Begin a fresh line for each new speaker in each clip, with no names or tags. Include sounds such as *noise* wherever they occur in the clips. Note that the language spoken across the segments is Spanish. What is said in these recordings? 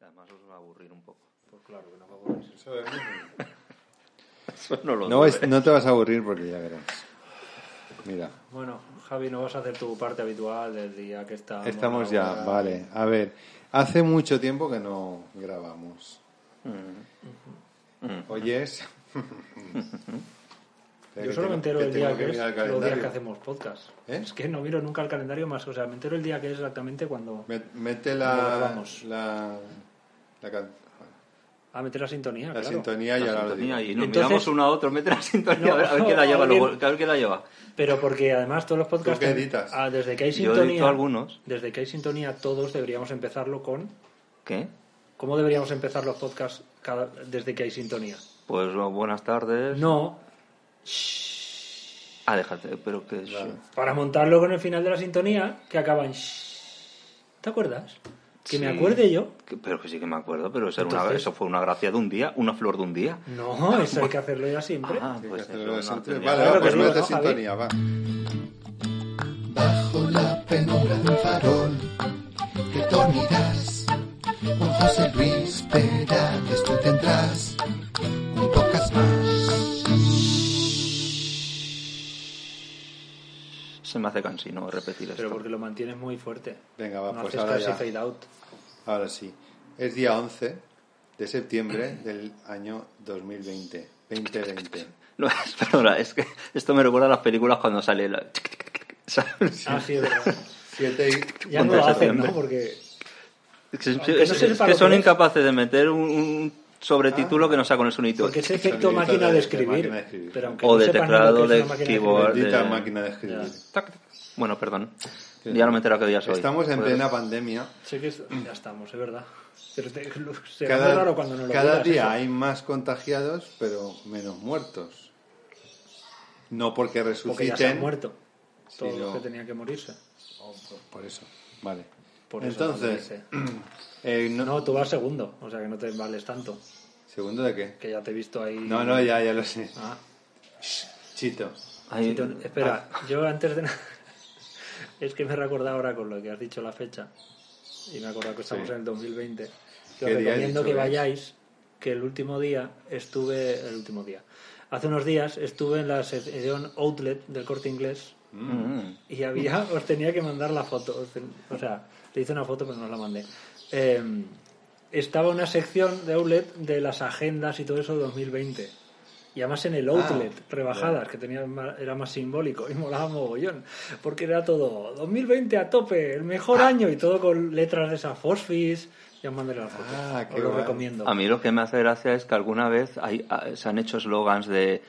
Además os va a aburrir un poco.
Pues claro que no va a poder ser. Eso es mínimo.
Eso *laughs* no lo ¿eh?
No, es-
dudes.
no te vas a aburrir porque ya verás. Mira,
Bueno, Javi, no vas a hacer tu parte habitual del día que está.
estamos ya, vale. A ver, hace mucho tiempo que no grabamos. ¿Oyes?
*laughs* Yo solo me entero el
del
día que, es, los días que hacemos podcast.
¿Eh?
Es que no miro nunca el calendario más, o sea, me entero el día que es exactamente cuando...
Mete
No
la,
grabamos.
la, la, can-
A meter la sintonía,
la
claro.
sintonía y
La
ahora lo
sintonía,
digo.
y nos
Entonces-
miramos uno a otro, mete la sintonía,
No,
a, ver, a ver quién la lleva,
alguien-
luego, a ver quién la lleva.
Pero porque además todos los podcasts...
¿Tú qué editas?
Ah, desde que hay
Yo
sintonía...
edito algunos.
Desde que hay sintonía todos deberíamos empezarlo con...
¿Qué?
¿Cómo deberíamos empezar los podcasts cada- desde que hay sintonía?
Pues oh, buenas tardes.
No,
Ah, déjate, pero que...
para montarlo con el final de la sintonía que acaba en... shh. ¿Te acuerdas? Que me
Sí.
acuerde yo.
que- Pero que sí que me acuerdo, pero eso, era una-
Entonces-
eso fue una gracia de un día, una flor de un día. *laughs*
No, eso hay que hacerlo ya siempre.
Ah,
Tienes
pues
que hacerlo
eso, no,
siempre.
tendría-
Vale, va,
Claro
pues
que sí,
mete
¿no, Javi?
sintonía, va.
bajo la penumbra de un farol que dormirás. Un José Luis Perales tú tendrás un pocas más.
Se me hace cansino repetir
pues Pero
esto.
porque lo mantienes muy fuerte.
Venga, va,
no
pues
haces
ahora
casi
ya.
fade out.
Ahora sí. Es día 11 de septiembre del año 2020. 2020.
*laughs* No, es- perdona, es que esto me recuerda a las películas cuando sale la... ¿sabes?
Ah, sí,
*laughs*
es verdad.
7 y...
Ya no lo
Ponte
hacen,
septiembre.
¿no?
*laughs*
Porque
Es que-
Aunque no
es-
sepa
es
lo
que
que
son
es. Ah,
incapaces de meter un, un sobretítulo que no sea con el sonido.
porque es
Sonido
efecto máquina
de-
de
de
escribir.
máquina de escribir.
Pero aunque
O
no
de
sepas nada lo
teclado,
que es
de
una máquina de
keyboard,
escribir.
Maldita
de-
máquina de escribir.
Tac, tac. Bueno, perdón. Ya no me entero qué día soy.
Estamos en
Pues,
plena pandemia.
Sí que es- ya estamos, es verdad. Pero te, *laughs* se
Cada,
raro cuando no lo ¿eh?
cada
digas,
día
eso.
hay más contagiados, pero menos muertos. No porque
Porque ya se han
resuciten.
muerto. Todos
Sí,
los
no.
que tenían que morirse.
Por eso. Vale.
Por eso
Entonces,
también
eh, no-
dice. No, tú vas segundo. O sea que no te vales tanto.
¿segundo de qué?
Que ya te he visto ahí.
No, no, ya, ya lo sé.
Ah.
*laughs*
Chito.
hay-
Chito, espera,
ah.
yo antes de nada. *laughs* Es que me he recordado ahora con lo que has dicho la fecha. Y me he acordado que estamos
Sí.
en el 2020.
¿Qué
Yo
día has dicho
recomiendo que
que es?
vayáis, que el último día estuve. El último día. Hace unos días estuve en la sección Outlet del corte inglés.
Mm. *laughs*
Y había, os tenía que mandar la foto. os ten- O sea, le hice una foto, pero no os la mandé. Eh, estaba una sección de outlet de las agendas y todo eso de 2020. Y además en
Ah,
el outlet, rebajadas, que tenía ma- era más simbólico y molaba mogollón. Porque era todo 2020 a tope, el mejor
Ah.
año y todo con letras de esas fosfis. Ya os mandaré la foto.
Ah, qué
os lo
guay.
recomiendo.
A mí lo que me hace gracia es que alguna vez hay- ah, se han hecho slogans de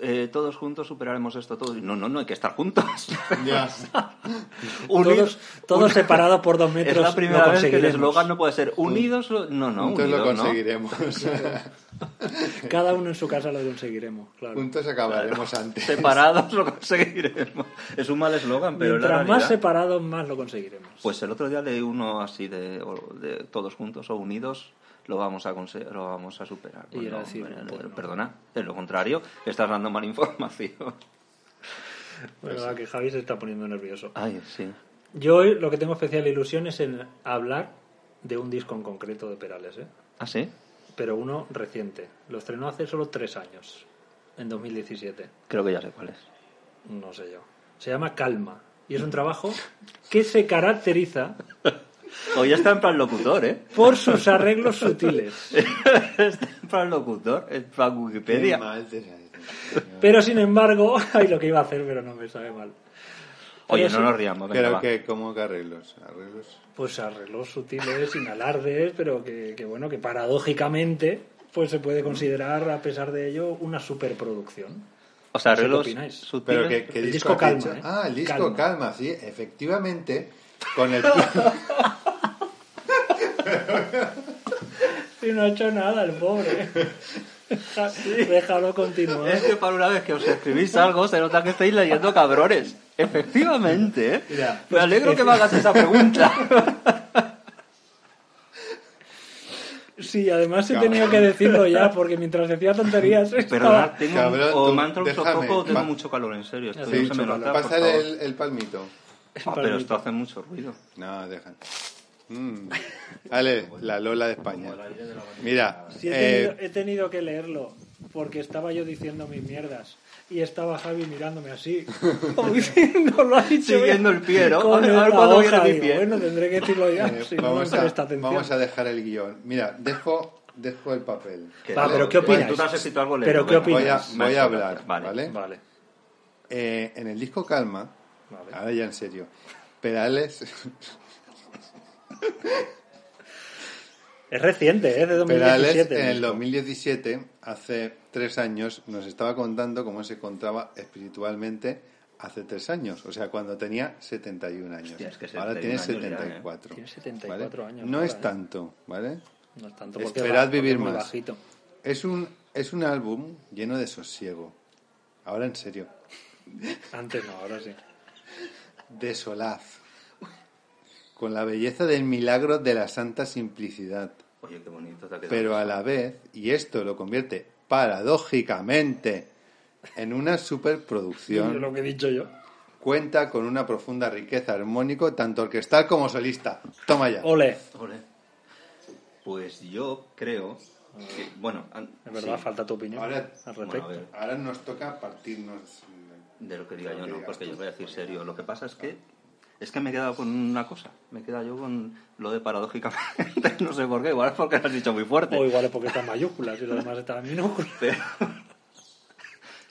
eh, todos juntos superaremos esto todo. Y No, no, no, hay que estar juntos.
Ya.
Unir-
todos todos
un-
separados por dos
*laughs*
metros.
Es la primera
lo
vez que el
conseguiremos.
eslogan no puede ser unidos. lo- No, no,
Juntos lo
unidos, no.
*laughs*
conseguiremos.
Cada uno en su casa lo conseguiremos. Claro.
Juntos acabaremos antes.
Separados lo conseguiremos. Es un mal eslogan, pero es la
Mientras más
realidad.
separados, más lo conseguiremos.
Pues el otro día leí uno así de, o de todos juntos o unidos lo vamos a conse- lo vamos a superar.
Y era decir,
bueno, eh,
bueno.
perdona, de lo contrario, estás dando mala
*laughs*
información. pues
Bueno, va, que Javi se está poniendo nervioso.
Ay, sí.
Yo hoy lo que tengo especial ilusión es en hablar de un disco en concreto de Perales, ¿eh?
¿Ah, sí?
pero uno reciente. Lo estrenó hace solo tres años, en 2017,
Creo que ya sé cuál es.
no sé yo. Se llama Calma y es un trabajo que se caracteriza
Hoy está en plan locutor, ¿eh? *laughs*
por sus arreglos sutiles.
está en plan locutor, en plan
Qué
Wikipedia.
mal te sale.
Pero sin embargo, *laughs* hay lo que iba a hacer, pero no me sabe mal.
Oye,
Pero
no
sí.
nos riamos, venga,
Pero
va.
que, ¿cómo que arreglos? ¿Arreglos?
Pues arreglos sutiles, sin alardes, pero que, que bueno, que paradójicamente pues se puede considerar, a pesar de ello, una superproducción.
O sea,
no sé qué
arreglos
opináis.
sutiles.
Pero que, que
El
disco,
disco
has
Calma,
dicho?
¿eh?
Ah, el disco
Calma.
*laughs*
calma. sí, efectivamente. Con el.
Si no ha hecho nada el
*laughs*
pobre. Deja- Déjalo continuar.
Es que para una vez que os escribís algo, se nota que estáis leyendo cabrones. Efectivamente, ¿eh?
Mira,
me alegro que me hagas esa
*laughs*
pregunta.
Sí, además he
Cabrón.
tenido que decirlo ya, porque mientras decía tonterías
Perdona,
*laughs* estaba...
tengo
Cabrón,
o
tú,
me ha entrado un
déjame,
sofoco o tengo
va-
mucho calor, en serio. Esto
hace
no se me
mucho
nota, por favor.
Pásale el, el palmito.
Ah, pero esto hace mucho ruido.
No, dejan. Mm. Ale, la Lola de España. Mira,
Sí, he,
eh,
tenido, *laughs* he tenido que leerlo, porque estaba yo diciendo mis mierdas. Y estaba Javi mirándome así, como diciendo, lo ha dicho bien".
Siguiendo el pie, ¿no?
Con
A ver- a ver
la
cuándo
hoja,
viene mi
digo,
pie.
Bueno, tendré que decirlo ya,
eh,
*laughs* si no me
vamos, a,
presta atención.
vamos a dejar el guión. Mira, dejo, dejo el papel. Pues,
Que-
Va, pero ¿qué
tú-
opinas?
Tú te has escrito algo lento,
¿Pero qué
venga.
opinas? Voy a- voy a hablar, ¿vale?
Vale.
Eh, en el disco Calma,
Vale.
ahora ya en serio, Perales,
Es reciente, ¿eh? es de
Perales
2017.
en el 2017, hace tres años, nos estaba contando cómo se encontraba espiritualmente hace tres años, o sea, cuando tenía 71 años.
Hostia, es que
ahora
71
tiene
años ya, ¿eh?
74.
Tiene 74
¿vale?
años
No
ahora,
es
¿eh?
tanto, ¿vale?
No es tanto porque
Esperad
porque
vivir
es muy
más.
bajito.
Es un, es un álbum lleno de sosiego. Ahora en serio.
Antes no, ahora sí.
de solaz. Con la belleza del milagro de la santa simplicidad.
Oye, qué bonito te ha quedado.
pero a la vez, y esto lo convierte paradójicamente en una
Es
superproducción,
lo que he dicho yo.
cuenta con una profunda riqueza armónico, tanto orquestal como solista. Toma ya.
Ole.
Ole. Pues yo creo que, bueno, an-
En verdad,
sí,
falta tu opinión
Ahora-
al
bueno,
respecto.
a ver,
Ahora nos toca partirnos.
de lo que diga
de lo
yo
que
no,
digas
porque
tú.
yo voy a decir serio. Lo que pasa es que es que me he quedado con una cosa. Me he quedado yo con lo de paradójicamente, *laughs* no sé por qué, igual es porque lo has dicho muy fuerte.
O igual es porque está en mayúsculas y lo demás está en minúsculas.
*laughs* Pero-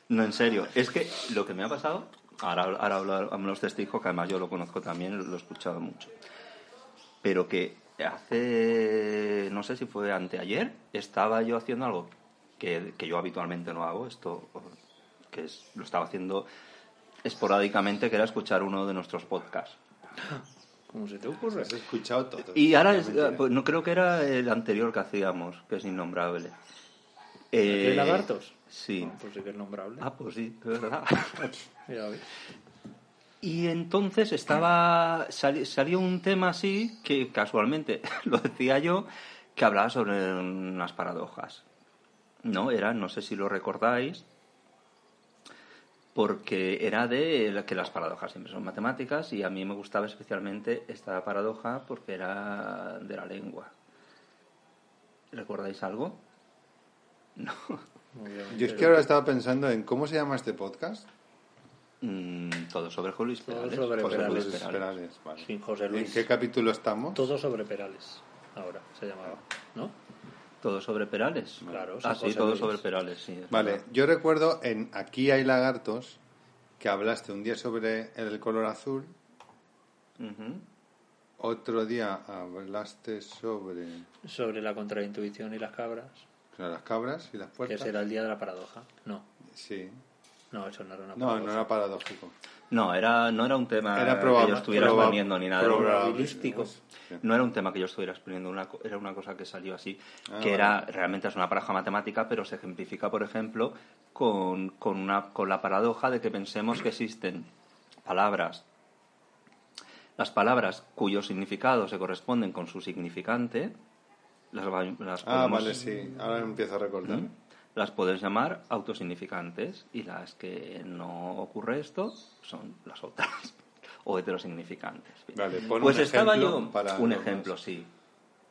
No, en serio. Es que lo que me ha pasado, ahora, ahora hablamos de este hijo, que además yo lo conozco también, lo he escuchado mucho. Pero que hace, no sé si fue anteayer, estaba yo haciendo algo que, que yo habitualmente no hago, esto que es- lo estaba haciendo esporádicamente, que era escuchar uno de nuestros podcasts.
¿Cómo se te ocurre?
Has escuchado todo.
Y ahora, es-
Mentira.
pues, no creo que era el anterior que hacíamos, que es innombrable. Eh,
¿El de lagartos?
Sí.
Ah, pues sí que es nombrable.
Ah, pues sí, de verdad.
Mira, ve.
*laughs* Y entonces estaba sali- salió un tema así que casualmente *laughs* lo decía yo que hablaba sobre unas paradojas. No, era, no sé si lo recordáis, porque era de la- que las paradojas siempre son matemáticas y a mí me gustaba especialmente esta paradoja porque era de la lengua. ¿Recordáis algo?
Muy bien.
Yo es que ahora estaba pensando en cómo se llama este podcast.
Mm, todo sobre Julis
Todo
Perales.
sobre
José
Perales.
Luis
Perales, vale.
Sí, José
¿En
Luis.
qué capítulo estamos?
Todo sobre Perales. Ahora se llamaba. ¿No?
Todo sobre Perales.
Claro,
ah,
San
sí,
José
todo
Luis.
sobre Perales, sí. es
Vale,
verdad.
yo recuerdo en Aquí hay lagartos que hablaste un día sobre el color azul,
Ujú.
otro día hablaste sobre
Sobre la contraintuición y las cabras.
las cabras y las
Que
puertas.
será el día de la paradoja. No.
Sí.
No, eso no era una
No,
paradoja.
no era paradójico.
No, era, no era un tema
Era
Ah, que yo
probable.
estuviera
proba-
exponiendo ni nada. era un-
probabilístico.
No era un tema que yo estuviera exponiendo, una co- era una cosa que salió así,
Ah,
que
vale.
era realmente es una paradoja matemática, pero se ejemplifica, por ejemplo, con, con, una, con la paradoja de que pensemos que existen palabras, las palabras cuyos significados se corresponden con su significante, las, va- las
Ah,
podemos-
vale, sí. Ahora empiezo a recordar.
las podemos llamar autosignificantes y las que no ocurre esto son las otras *laughs* o heterosignificantes.
Vale, pon
pues
un
estaba
ejemplo
yo
para
un
los
ejemplo,
más.
sí.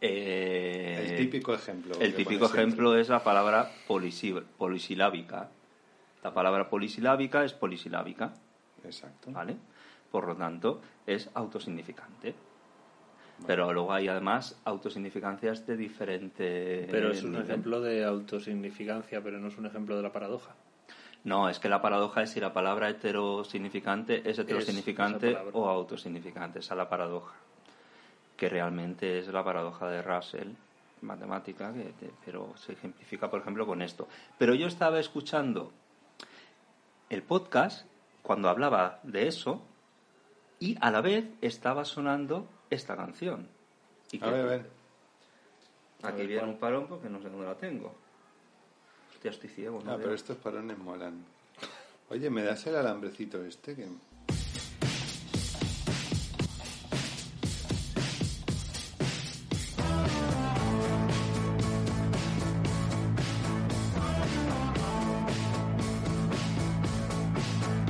Eh,
El típico ejemplo.
el
que
típico
pone siempre.
ejemplo es la palabra polisib- polisilábica. La palabra polisilábica es polisilábica,
Exacto.
¿vale? Por lo tanto, es autosignificante. Pero luego hay además autosignificancias de diferente
Pero es un
nivel.
ejemplo de autosignificancia, pero no es un ejemplo de la paradoja.
No, es que la paradoja es si la palabra heterosignificante es heterosignificante
esa palabra.
o autosignificante. Esa es la paradoja. Que realmente es la paradoja de Russell, matemática, que te- pero se ejemplifica, por ejemplo, con esto. Pero yo estaba escuchando el podcast cuando hablaba de eso y a la vez estaba sonando esta canción. Y
A
que-
ver, a ver.
Aquí
ver,
viene
¿cuál?
un parón porque no sé dónde la tengo. Hostia, estoy ciego. No
Ah, pero
veo.
estos parones molan. Oye, ¿me das el alambrecito este? Que...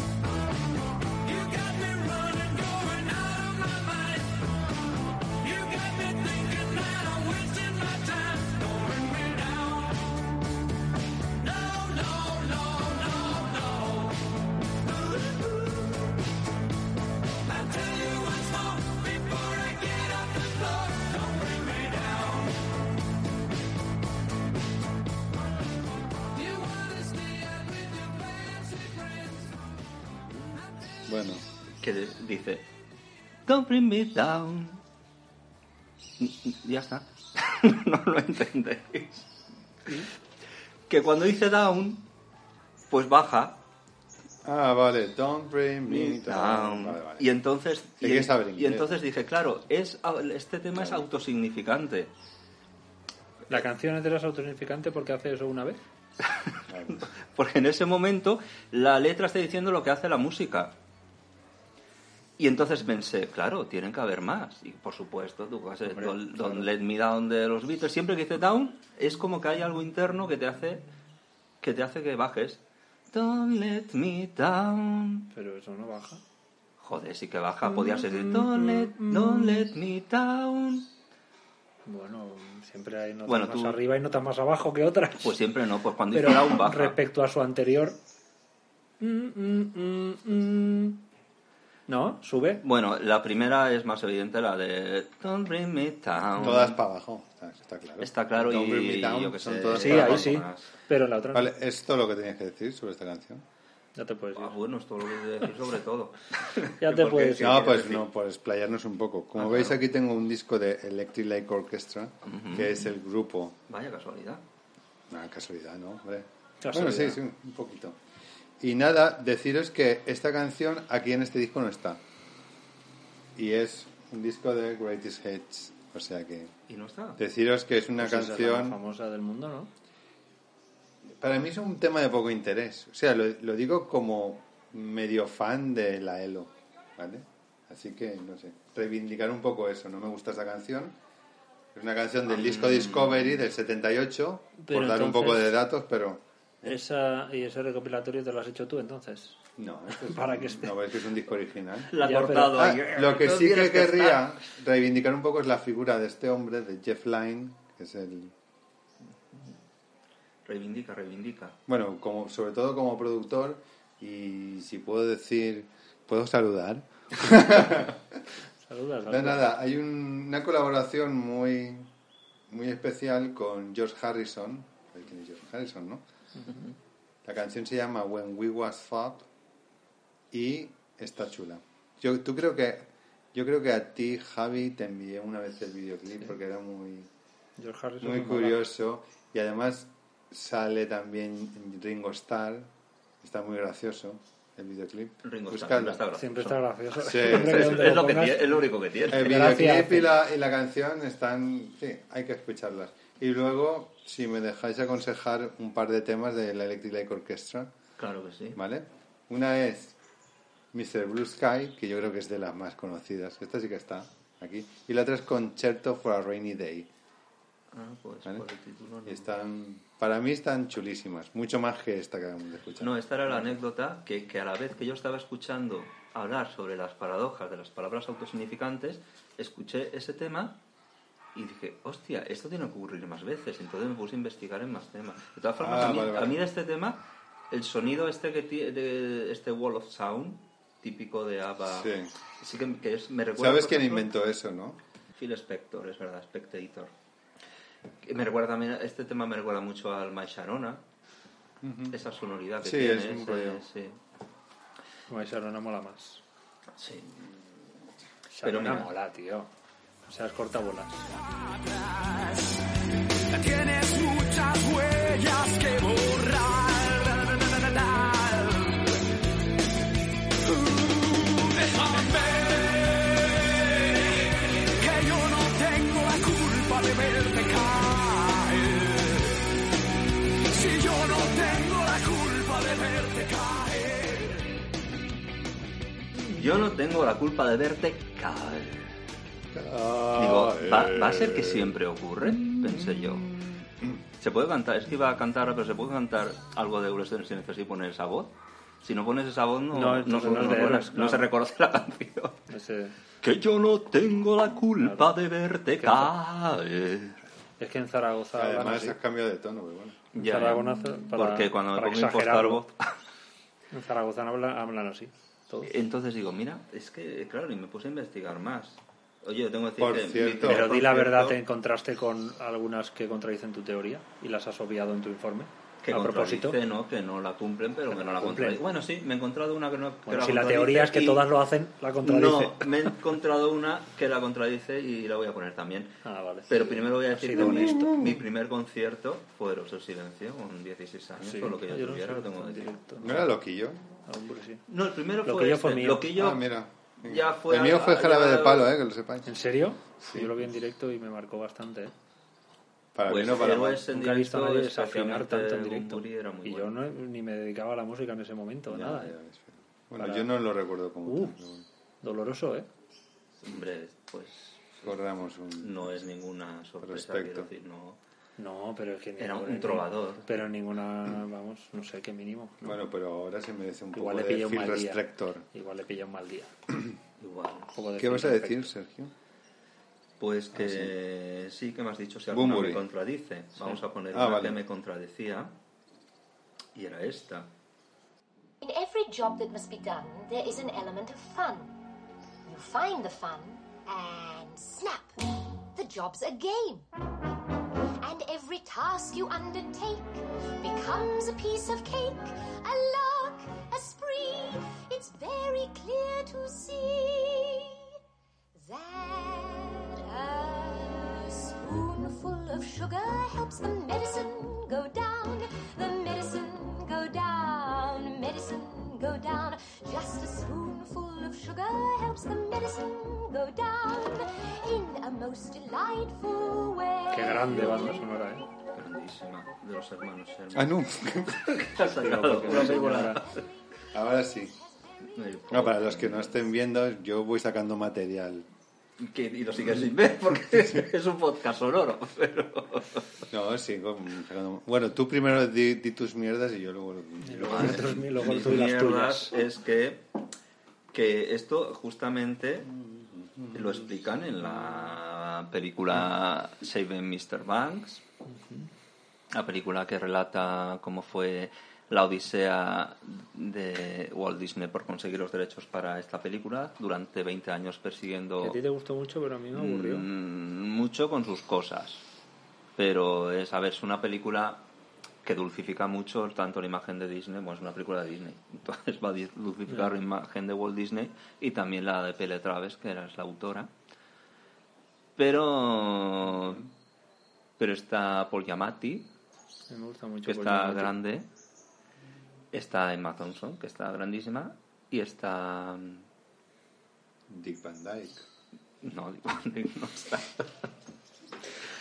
You got me running, going out of my mind. You got me thinking that I'm wasting my time, throwing me down. No, no, no, no, no. I tell you once more before I get off the floor, don't bring me down. You wanna stay out with your fancy friends?
Bueno,
Que de- dice... Don't bring me down. Y- y- Ya está. *laughs* no lo entendéis. Que cuando dice down, pues baja.
ah, vale, don't bring me down.
Down.
Vale, vale.
Y entonces
Hay
y,
que saber
y
inglés.
entonces dije, claro, es este tema es autosignificante.
La canción entera es autosignificante porque hace eso una vez.
Claro.
Porque en ese momento la letra está diciendo lo que hace la música. Y entonces pensé, claro, tienen que haber más. Y por supuesto, tú vas a
Hombre,
Don't,
claro.
Don't Let Me Down de los Beatles. Siempre que dice down, es como que hay algo interno que te hace que, te hace que bajes. Don't let me down.
Pero eso no baja.
Joder, sí que baja. Podía ser de Don't let, don't let me down.
Bueno, siempre hay notas
Bueno,
más
tú-
arriba y notas más abajo que otras.
Pues siempre no, pues cuando
Pero
dice down baja.
respecto a su anterior. mm, mm, mm, mm. No, sube.
Bueno, la primera es más evidente, la de Don't Bring Me Down.
Todas para abajo, está, está claro.
Está claro
Don't
y-
bring me down,
yo que
son
sé.
todas
Sí,
para
ahí
abajo.
sí.
más.
Pero en la otra no.
Vale, es todo lo que tenías que decir sobre esta canción.
Ya te puedes
Ah,
ir.
bueno, es todo lo que voy a decir sobre todo. *laughs*
Ya te
Porque
puedes
sí,
ir.
no,
quiero
pues
decir.
no, pues playarnos un poco. Como
Ah,
veis,
claro.
aquí tengo un disco de Electric Light Orchestra, que es el grupo
Vaya casualidad.
Una casualidad, ¿no? Hombre.
Casualidad.
Bueno, sí, sí, un poquito. Y nada, deciros que esta canción aquí en este disco no está. Y es un disco de Greatest Hits. O sea que
¿Y no está?
deciros que es una
Pues esa es la más
canción...
famosa del mundo, ¿no?
Para mí es un tema de poco interés. O sea, lo, lo digo como medio fan de la ELO. ¿Vale? Así que, no sé, reivindicar un poco eso. No me gusta esa canción. Es una canción del disco Discovery del 78,
Ah, mm. Pero
por dar un poco
entonces-
de datos, pero...
Esa, y ese recopilatorio te lo has hecho tú entonces.
No, esto es
Para
un-
que esté.
no ves que es un disco
*laughs*
original.
La ha
Ya,
cortado.
pero-
Ah,
ahí.
lo que
No
sí
tienes
que querría
estar.
reivindicar un poco es la figura de este hombre, de Jeff Lynne, que es el...
Reivindica, reivindica.
Bueno, como, sobre todo como productor, y si puedo decir... ¿Puedo saludar?
Saludas.
No,
saludas.
nada, hay un- una colaboración muy, muy especial con George Harrison. ¿Sabéis quién es George Harrison, no? La canción se llama When We Was Fab y está chula. Yo, tú creo que, yo creo que a ti, Javi, te envié una vez el videoclip porque era muy,
George Harrison
muy
me mola.
curioso. Y además sale también Ringo Starr. Está muy gracioso el videoclip.
Ringo Starr, Ringo
Buscadlo.
Starr.
Siempre está gracioso.
Sí,
*laughs* Siempre
sí,
que
Es,
donde
es lo, que
pongas-
tiene- es lo único que tiene. *laughs*
El
Gracias.
videoclip y la, y la canción están. Sí, hay que escucharlas. Y luego, si me dejáis aconsejar un par de temas de la Electric Light Orchestra,
Claro que sí.
¿vale? Una es Mr. Blue Sky, que yo creo que es de las más conocidas. Esta sí que está aquí. Y la otra es Concerto for a Rainy Day.
Ah, pues
¿Vale?
por el título no.
Y están. Para mí están chulísimas. Mucho más que esta que acabamos de escuchar.
No, esta era la anécdota que, que a la vez que yo estaba escuchando hablar sobre las paradojas de las palabras autosignificantes, escuché ese tema y dije, hostia, esto tiene que ocurrir más veces. Entonces me puse a investigar en más temas. De todas formas,
Ah,
a, mí,
vale, vale.
a mí de este tema, el sonido este que ti- de este wall of sound, típico de ABBA,
Sí.
sí que, que es- me recuerda...
¿Sabes
por
quién
ejemplo,
inventó eso, no?
Phil Spector, es verdad, Spectator. Que Me recuerda también, este tema me recuerda mucho al My Sharona, esa sonoridad que
Sí,
tiene.
es un
ese-
rollo.
sí.
Bueno, Sharona mola más.
Sí. Pero
Pero me
mira.
mola, tío. O sea, es cortabolas.
Tienes muchas huellas que borrar. Uh, Déjame que yo no tengo la culpa de verte caer. de verte caer.
Yo no tengo la culpa de verte caer. Digo, ¿va, va a ser que siempre ocurre? Pensé yo. ¿Se puede cantar? Es que iba a cantar, pero ¿se puede cantar algo de Eurostones sin y poner esa voz? Si no pones esa voz, no,
No,
no,
entonces
se-
no es
no
de
pones-
Eros,
no se
claro.
reconoce la canción.
Ese-
Que yo no tengo la culpa de verte caer.
es que en Zaragoza. hablan
Además,
así.
has cambiado de tono, pero bueno.
Ya,
Zaragoza, para-
porque cuando me
para
pongo a impostar
exagerarlo.
voz...
En Zaragoza hablan, hablan así. todos.
*laughs* Entonces digo, mira, es que, claro, y me puse a investigar más. Oye, yo tengo que decir
Por
que... mi
cierto.
teoría,
Pero
por
di la
cierto,
verdad, ¿te encontraste con algunas que contradicen tu teoría y las has obviado en tu informe?
que
a propósito.
contradice, ¿no? Que no la cumplen, pero que, no la
cumplen.
contradicen. Bueno, sí, me he encontrado una que no... que
Bueno, si la
contradice
teoría es que
y-
todas lo hacen, la contradice.
No, me he encontrado una que la contradice y la voy a poner también.
Ah, vale.
Pero primero voy a decir que
sido
mi,
honesto.
mi primer concierto fue de Los Silencio con 16 años,
Sí.
con lo que yo,
no
tuviera,
sé,
lo tengo que decir.
directo,
¿No era loquillo?
hombre, sí.
No, el primero
Lo
fue
que yo
este,
fue mío.
lo que yo...
Ah, mira.
Ya fue
el mío fue
a-
jarabe de
ya-
palo, eh, que lo sepáis.
¿En serio? Yo lo vi en directo y me marcó bastante. ¿eh?
Para
Pues
mí no para mal.
Héroes en
Nunca he visto a nadie
directo,
desafinar tanto en
especialmente
directo.
Bumburi era muy
Y yo
bueno.
no, ni me dedicaba a la música en ese momento,
Ya,
nada.
ya
¿eh?
ves. Bueno, yo no lo recuerdo como
Uh.
tal, pero bueno.
Doloroso, ¿eh?
Hombre, pues
Corramos un...
no es ninguna sorpresa,
Respecto.
quiero decir, no.
No, pero es que...
Era
ninguna-
un trovador.
Pero ninguna, vamos, no sé, qué mínimo. ¿no?
Bueno, pero ahora se merece un poco
Igual le
de
pilla un
fil
mal
restrictor.
día. Igual le pilla un mal día.
Igual.
Un poco de
¿Qué
feel
vas a
perfecto.
decir, Sergio?
Pues
Ah,
que sí, que me has dicho si alguna
Bumburi.
me contradice. Vamos a poner
Ah,
una
vale.
que me contradecía. Y era esta.
In every job that must be done, there is an element of fun. You find the fun, and snap! The job's a game. And every task you undertake becomes a piece of cake, a lark, a spree. It's very clear to see that a spoonful of sugar helps the medicine go down, the medicine go down, medicine go down. Just a spoonful of sugar helps the medicine go down in a most delightful way.
Qué grande banda sonora, ¿eh?
Grandísima. De los hermanos
Ah,
Sherman.
no. *laughs*
*laughs*
Ah.
Ha sacado una película.
ahora sí.
Ay,
No, para los que no estén viendo, yo voy sacando material.
que- Y lo sigues sin ver porque es, es un podcast sonoro. Pero...
No, sí. con- sacando- Bueno, tú primero di, di tus mierdas y yo luego...
luego nosotros, mi- luego
Mis
tú y las
mierdas
tuyas.
es que, que esto justamente lo explican en la película Saving Mr. Banks, la película que relata cómo fue la odisea de Walt Disney por conseguir los derechos para esta película durante 20 años
Que
persiguiendo
a ti te gustó mucho, pero a mí me aburrió.
Mm, mucho con sus cosas. Pero es, a ver, es una película que dulcifica mucho tanto la imagen de Disney, bueno, es una película de Disney, *laughs* entonces va a di- dulcificar la imagen de Walt Disney y también la de Pele Traves, que era es la autora. Pero pero está Paul Giamatti,
Me gusta mucho.
que
Paul
está
Giamatti.
grande, está Emma Thompson, que está grandísima, y está...
Dick Van Dyke.
No, *laughs* digo, no está.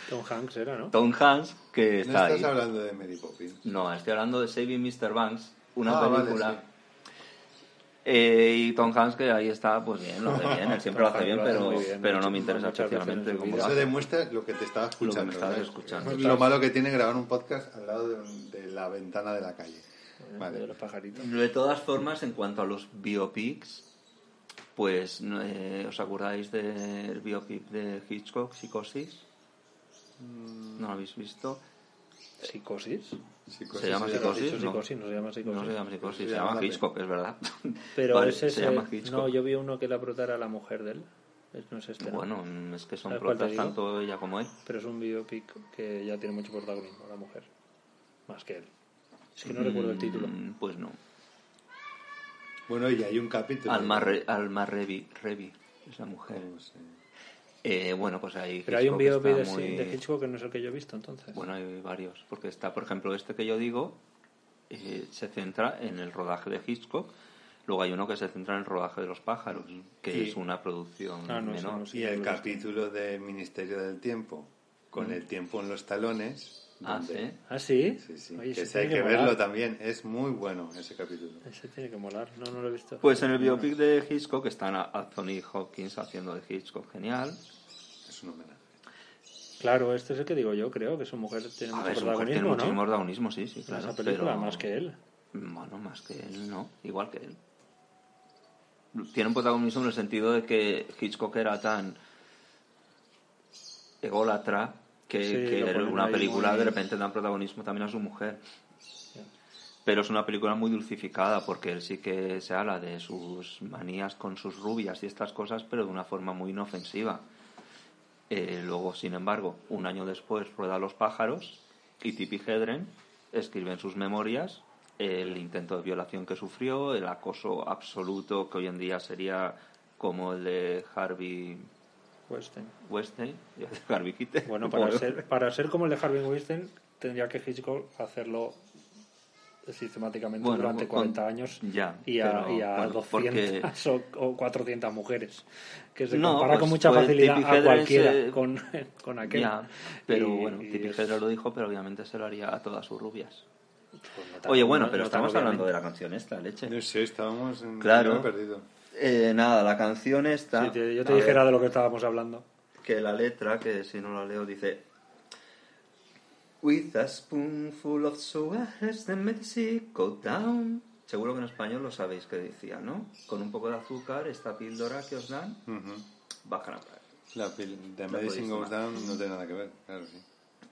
Tom Hanks era, ¿no?
Tom Hanks, que
No
está
estás
ahí.
hablando de Mary Poppins.
No, estoy hablando de Saving Mr. Banks, una
Ah, vale,
película.
sí.
Eh, y Tom Hanks, que ahí está, pues bien, lo hace bien, él siempre lo hace bien,
Lo hace
pero,
muy bien,
pero no me
mucho-
interesa
muchas veces en
especialmente
su
cómo
vida.
lo
Eso
hace.
demuestra lo que te estaba escuchando.
Lo que me estabas
¿sabes?
escuchando.
Lo malo que tiene grabar un podcast al lado de, un- de la ventana de la calle.
De
Vale.
los pajaritos.
De todas formas, en cuanto a los biopics, pues, no, eh, ¿os acordáis del biopic de Hitchcock, Psicosis?
Mm.
¿No lo habéis visto?
¿Psicosis?
Psicosis,
Se llama
ya lo has
Psicosis.
dicho.
Dicho
no.
psicosis, no se llama psicosis.
No se llama Psicosis,
Se
se
llama
llama
la
Hitchcock, es
*laughs*
verdad.
Pero
Vale,
es ese.
Se llama Hitchcock.
No, yo vi uno que le aprotara a la mujer de él. Es- No es este. ¿no?
Bueno, mm, es que son
¿Sabes cuál te
protas
digo?
tanto ella como él.
Pero es un biopic que ya tiene mucho protagonismo, la mujer. Más que él. Es que no recuerdo el título.
Mm, Pues no.
Bueno, y hay un capítulo.
Alma, Re- Alma Revi, Revi, es la mujer.
No sé.
Eh, bueno, pues ahí.
Pero hay un
Hitchcock
biopic de,
está muy-
de Hitchcock que no es el que yo he visto, entonces.
Bueno, hay varios. Porque está, por ejemplo, este que yo digo, eh, se centra en el rodaje de Hitchcock. Luego hay uno que se centra en el rodaje de los pájaros, que
Sí.
es una producción
Ah, no, ese
menor.
no sé.
Y el capítulo de Ministerio del Tiempo, con el tiempo en los talones,
Mm. Ah,
donde-
sí.
¿Ah, sí?
Sí, sí.
Oye,
que
ese
ese hay
tiene
que
molar.
verlo también. Es muy bueno ese capítulo.
Ese tiene que molar. No, no lo he visto.
Pues en el biopic de Hitchcock están a- Anthony Hopkins haciendo de Hitchcock genial.
Es un homenaje.
Claro, este es el que digo yo, creo, que su mujer tiene
A
mucho
ver, su mujer tiene
protagonismo, ¿no?
muchísimo protagonismo, sí, sí,
en
claro.
esa película,
pero-
más que él.
Bueno, más que él, no. Igual que él. Tiene un protagonismo en el sentido de que Hitchcock era tan ególatra que,
Sí,
que
lo
era
ponen
una
ahí
película
muy-
de repente da protagonismo también a su mujer. Pero es una película muy dulcificada porque él sí que se habla de sus manías con sus rubias y estas cosas, pero de una forma muy inofensiva. Eh, luego, sin embargo, un año después rueda Los pájaros y Tippi Hedren escribe en sus memorias el intento de violación que sufrió, el acoso absoluto que hoy en día sería como el de Harvey
Pues, ten-
Weinstein, *laughs* Harvey Keitel. *laughs*
bueno, para ser, para ser como el de Harvey Weinstein, tendría que Hitchcock hacerlo eh, sistemáticamente
Bueno,
durante
con-
40 años
ya,
y a,
pero,
y a
bueno,
200
porque-
*laughs* o, o 400 mujeres, que se
No,
compara
pues
con mucha
fue
facilidad
Tippi
a
Hedren
cualquiera
se-
con, *laughs* con aquel.
Ya, pero
Y-
bueno,
y
Tippi
es-
Hedren lo dijo, pero obviamente se lo haría a todas sus rubias.
pues no tan-
Oye, bueno,
no-
pero
no tan
estamos hablando
obviamente.
de la canción esta, leche.
No sé, estábamos en
Claro.
me he perdido.
Eh, nada, la canción esta.
Sí, te- yo te
a
dijera
ver,
de lo que estábamos hablando.
que la letra, que si no la leo, dice. With a spoonful of sugar, as the medicine go down. Seguro que en español lo sabéis que decía, ¿no? Con un poco de azúcar, esta píldora que os dan,
Ujú.
baja la cara.
La pil de
La
Medicine Goes
podéis
Down no tiene nada que ver, claro, sí.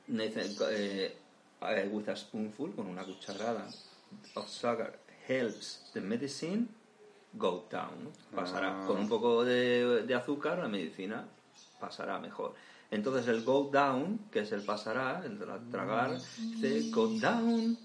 Nathan, eh, eh, with a spoonful, con una cucharada of sugar, helps the medicine go down. ¿no? Pasará.
Ah.
Con un poco de, de azúcar, la medicina pasará mejor. Entonces el go down, que es el pasará, el tra- tragar, dice go down.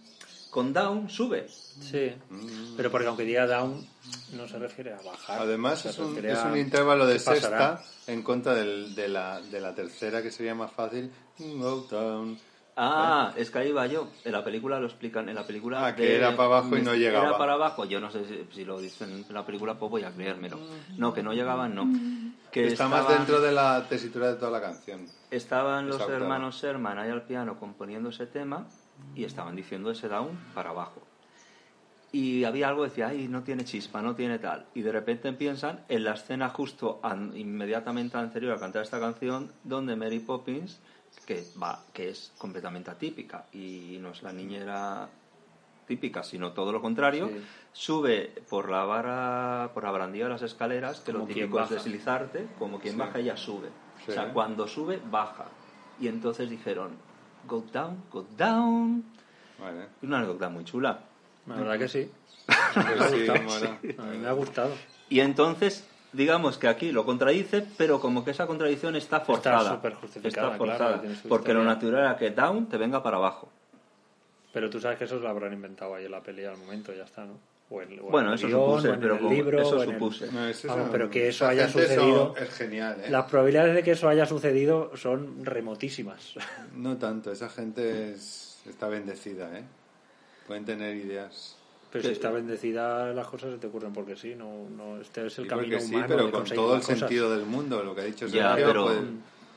Con down sube.
Sí,
Mm.
pero porque aunque diga down, no se refiere a bajar.
Además,
se
es un,
refiere
es
a-
un intervalo de
¿qué pasará?
sexta en contra del- de, la, de la tercera, que sería más fácil. Go down.
Ah, es que ahí va yo. En la película lo explican. En la película.
Ah, que era para abajo y no llegaba.
Era para abajo. Yo no sé si, si lo dicen en la película, pues voy a creérmelo. No, que no llegaban, no. Que
Está más
estaban-
dentro de la tesitura de toda la canción.
Estaban los
Esa octava.
hermanos Sherman ahí al piano componiendo ese tema y estaban diciendo ese down para abajo. Y había algo que decía, ay, no tiene chispa, no tiene tal. Y de repente piensan en la escena justo an- inmediatamente anterior a cantar esta canción, donde Mary Poppins, que, va, que es completamente atípica y no es la niñera típica, sino todo lo contrario,
Sí.
sube por la barra, por la barandilla de las escaleras, que lo
Como quien
típico es
baja.
deslizarte, como quien baja ella sube.
Sí.
O sea, cuando sube, baja. Y entonces dijeron, go down, go down.
Vale.
Y una anécdota muy chula.
La verdad que sí.
Pues sí, bueno.
A mí me ha gustado.
Y entonces, digamos que aquí lo contradice, pero como que esa contradicción está forzada.
súper justificada,
Está forzada.
claro, tiene su
porque lo
historia.
natural era que down te venga para abajo.
Pero tú sabes que eso lo habrán inventado ahí en la peli al momento, ya está, ¿no? O en- o en
Bueno,
el
eso
guión,
supuse,
o en
pero
el
como-
libro,
eso
o en el-
supuse.
No, eso es
Vamos,
un-
pero que eso
esa
haya
gente son-
sucedido.
es genial, ¿eh?
Las probabilidades de que eso haya sucedido son remotísimas. *laughs*
No tanto, esa gente es- está bendecida, ¿eh? Pueden tener ideas.
Pero
Que-
si está bendecida, las cosas se te ocurren porque sí. No, no, este es el
Sí,
camino
porque sí,
humano
pero
de
con
conseguir
todo el
las cosas.
sentido del mundo, lo que ha dicho
Ya,
Sergio,
pero,
pues,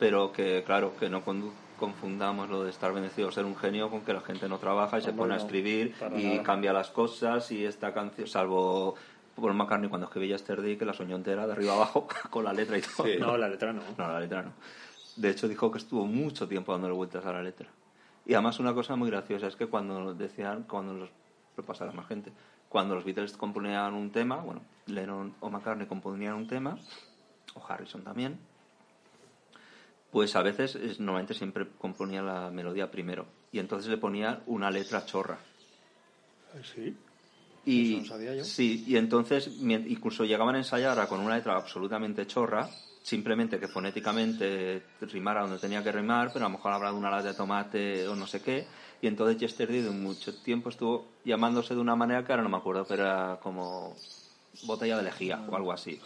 pero que, claro, que no condu- confundamos lo de estar bendecido o ser un genio con que la gente no trabaja y se
Hombre,
pone a
no,
escribir
para
y
nada.
cambia las cosas y esta canción, salvo Paul McCartney cuando escribía Yesterday, que la soñó entera de arriba abajo *laughs* con la letra y todo.
Sí.
No, la letra no.
No, la letra no. De hecho, dijo que estuvo mucho tiempo dándole vueltas a la letra. Y además una cosa muy graciosa es que cuando decían, cuando los, lo pasará más gente, cuando los Beatles componían un tema, bueno, Lennon o McCartney componían un tema, o Harrison también, pues a veces, es- normalmente siempre componía la melodía primero. Y entonces le ponían una letra chorra.
Sí.
Y,
Eso no sabía yo.
Sí, y entonces mien- incluso llegaban a ensayar a- con una letra absolutamente chorra, simplemente que fonéticamente rimara donde tenía que rimar, pero a lo mejor hablaba de una lata de tomate o no sé qué. Y entonces Yesterday de mucho tiempo estuvo llamándose de una manera que ahora no me acuerdo, pero era como botella de lejía o algo así.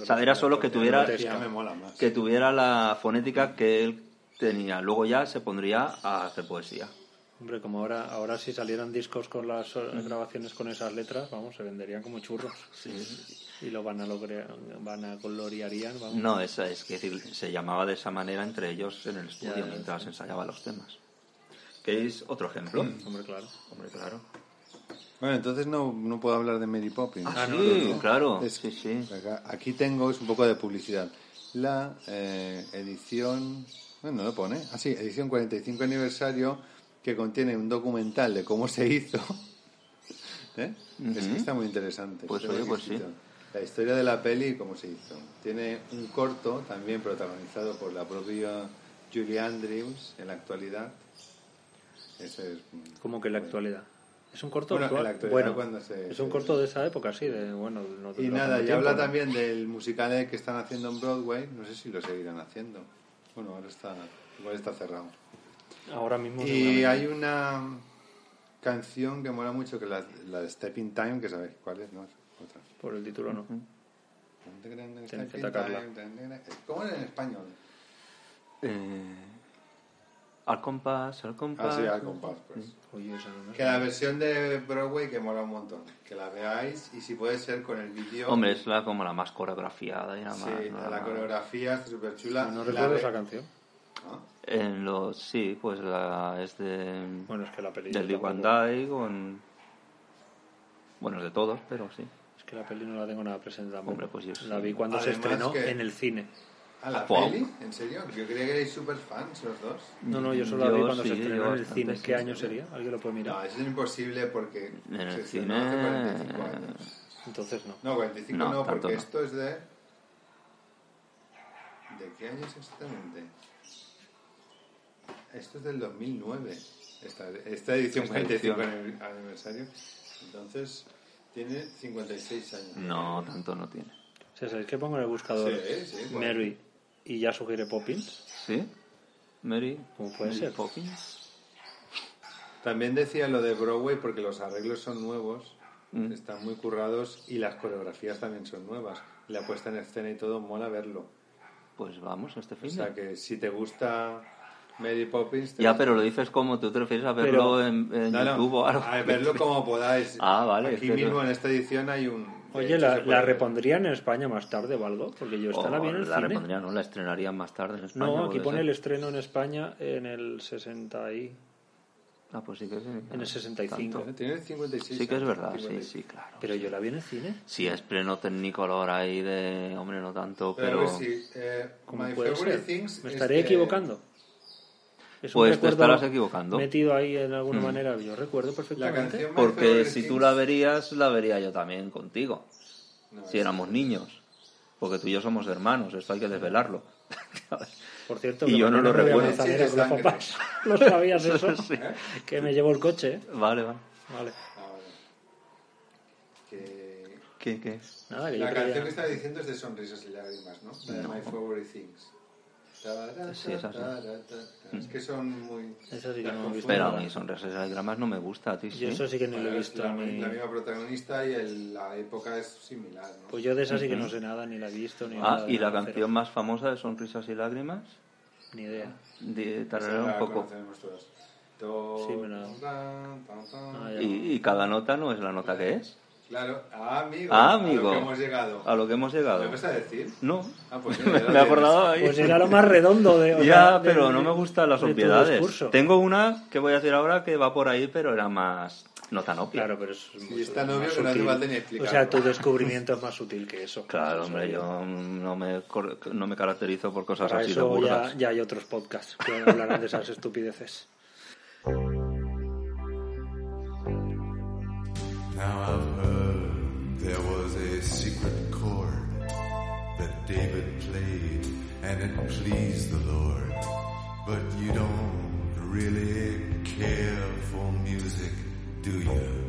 O sea, era solo que tuviera,
ya me mola más.
que tuviera la fonética que él tenía. Luego ya se pondría a hacer poesía.
Hombre, como ahora, ahora si salieran discos con las eh,
Mm.
grabaciones con esas letras, vamos, se venderían como churros. Y lo van a lograr, van a gloriarían, vamos.
No, esa es que decir, se llamaba de esa manera entre ellos en el estudio
Ya, ya,
mientras ensayaba los temas. ¿Queréis otro ejemplo?
Mm.
Hombre, claro.
Hombre, claro.
Bueno, entonces no, no puedo hablar de Mary Poppins.
Ah, sí, claro.
Es-
Sí, sí.
Acá- aquí tengo, es un poco de publicidad, la eh, edición, bueno, no lo pone, así, edición 45 aniversario, que contiene un documental de cómo se hizo. *laughs* ¿Eh? Es que está muy interesante.
Pues
está
oye, pues
exquisito.
sí.
La historia de la peli y cómo se hizo. Tiene un corto también protagonizado por la propia Julie Andrews en la actualidad. Ese es
Como que en la actualidad. Es un corto
Bueno,
actual-
en la actualidad,
bueno,
cuando se-
es un corto de esa época, sí. De, bueno, no-
Y
no
nada,
hace
y
tiempo,
habla
¿no?
también del musical que están haciendo en Broadway. No sé si lo seguirán haciendo. Bueno, ahora está, igual está cerrado.
Ahora mismo.
Y
seguramente.
hay una canción que mola mucho, que es la, la de Stepping Time, que sabéis cuál es, ¿no? Otra.
Por el título, no.
Stepping Time,
sacarla.
¿Cómo era en español?
Eh, al compás, al compás.
Ah, sí, al compás, pues.
Oye, esa no me-
Que la versión de Broadway que mola un montón. Que la veáis y si puede ser con el vídeo.
Hombre, es la, como la más coreografiada y la
Sí,
más.
la, coreografía está súper chula.
No recuerdo esa
canción.
canción.
En los, sí, pues la, es de.
Bueno, es que la peli.
del
yo
Lee
tampoco-
Van Dyke con. Bueno, de todos, pero sí.
Es que la peli no la tengo nada presente tampoco.
Hombre, pues yo sí.
La vi cuando se
Además
estrenó
que-
en el cine.
¿A la
Ah, wow.
peli? ¿En serio? Yo creía que erais super fans los dos.
No, no, yo solo la
Yo
vi cuando
sí,
se
yo
estrenó en el
bastante,
cine.
sí,
¿Qué
sí.
año sería? ¿Alguien lo puede
No,
mirar?
eso es imposible porque
En el
se estrenó hace
cine-
45 años.
Entonces no.
No, 45
No,
no,
tanto
porque
no.
esto es de... ¿De qué año es exactamente? Esto es del 2009. Esta, esta edición
Esta
45
edición.
aniversario. Entonces, tiene 56 años.
No, tanto no tiene.
O sea, ¿sabéis que pongo en el buscador
Sí, sí, bueno.
Mary y ya sugiere Poppins?
¿Sí? Mary.
¿Cómo puede
Mary
ser?
Poppins.
También decía lo de Broadway porque los arreglos son nuevos,
Mm.
están muy currados y las coreografías también son nuevas. La puesta en escena y todo mola verlo.
Pues vamos este
O
fin.
sea que si te gusta Mary Poppins, te
Ya,
gusta-
pero lo dices como tú te refieres a verlo
Pero-
en, en
No, no,
YouTube o algo.
a verlo como podáis.
*laughs* Ah, vale,
Aquí
es que
mismo
no-
en esta edición hay un. de
Oye,
hecho,
¿la,
se puede
la
ver.
repondrían en España más tarde o algo? Porque yo esta la
O
vi en el
Oh, la
cine.
repondrían, no, la estrenarían más tarde en España.
No,
puede
aquí pone
ser.
el estreno en España en el 60 y...
Ah, pues sí que sí.
en el 65.
Tanto.
Tiene 56.
Sí que es
años,
verdad, sí,
56.
sí, claro.
Pero yo la vi en el cine.
Si es pleno tecnicolor ahí de... Hombre, no tanto,
Pero,
pero...
sí, eh,
¿Cómo
My
puede
Favorite
ser?
Things
¿Me
es
estaré
de-
equivocando? Es un
Pues te
recuerdo
estarás equivocando. Hmm.
Metido ahí en alguna manera, yo recuerdo
La
perfectamente.
canción My
Porque
Favorite
si tú
Things-
la verías, la vería yo también contigo.
No,
Si éramos niños. Porque tú y yo somos hermanos, esto hay que desvelarlo.
Por cierto,
Y
que
yo no
mañana
lo
me voy
recuerdo.
a Manzanera
Sí,
con los
sangre.
papás. *laughs* ¿Lo sabías
*laughs*
eso?
Sí.
Que me llevo el coche.
Vale, vale.
Vale.
Ah, vale. Que-
¿Qué, qué?
Nada, que yo
La
creía-
canción que estaba diciendo es de Sonrisas y Lágrimas, ¿no? La de My Favorite Things. Tarara,
Sí, esa sí.
tarara, Es que son muy...
Esa sí que
las
no me he
confundo.
visto.
Pero a mí sonrisas y dramas no me gusta, a ti sí.
Yo eso sí que no lo he
Bueno, es
visto.
la,
ni-
la misma protagonista y el- la época es similar, ¿no?
Pues yo de esa sí que no sé nada, ni la he visto, ni
Ah,
nada,
y la
nada,
canción más famosa de Sonrisas y Lágrimas,
cero. Ni idea.
de
Esa
tararea un
la
poco.
conocemos todas. Do,
Sí, me la-
tan, tan, tan.
Ah, ya.
Y, y cada nota no es la nota que es.
Claro, ah, amigo,
Ah,
a
amigo.
lo que hemos llegado.
A lo que hemos
¿Lo
llegado.
vas a decir?
No.
Ah, pues
*laughs* Me
mira, ya
he
lo
acordado ahí.
Pues era lo más redondo de. o
*laughs*
sea,
Ya,
de-
pero
de-
no me gustan las
de tu
obviedades.
discurso.
Tengo una que voy a decir ahora que va por ahí, pero era más. No tan obvia.
Claro, pero es. mucho
está
más
novio que no hace
sutil.
falta ni
O
explicarlo.
sea, tu descubrimiento es más sutil que eso.
Claro,
Eso
hombre,
sí.
yo no me, cor- no me caracterizo por cosas
Para
así de
eso ya,
burdas.
ya hay otros podcasts que hablarán de esas estupideces.
Now I've heard there was a secret chord that David played and it pleased the Lord. But you don't really care for music, do you?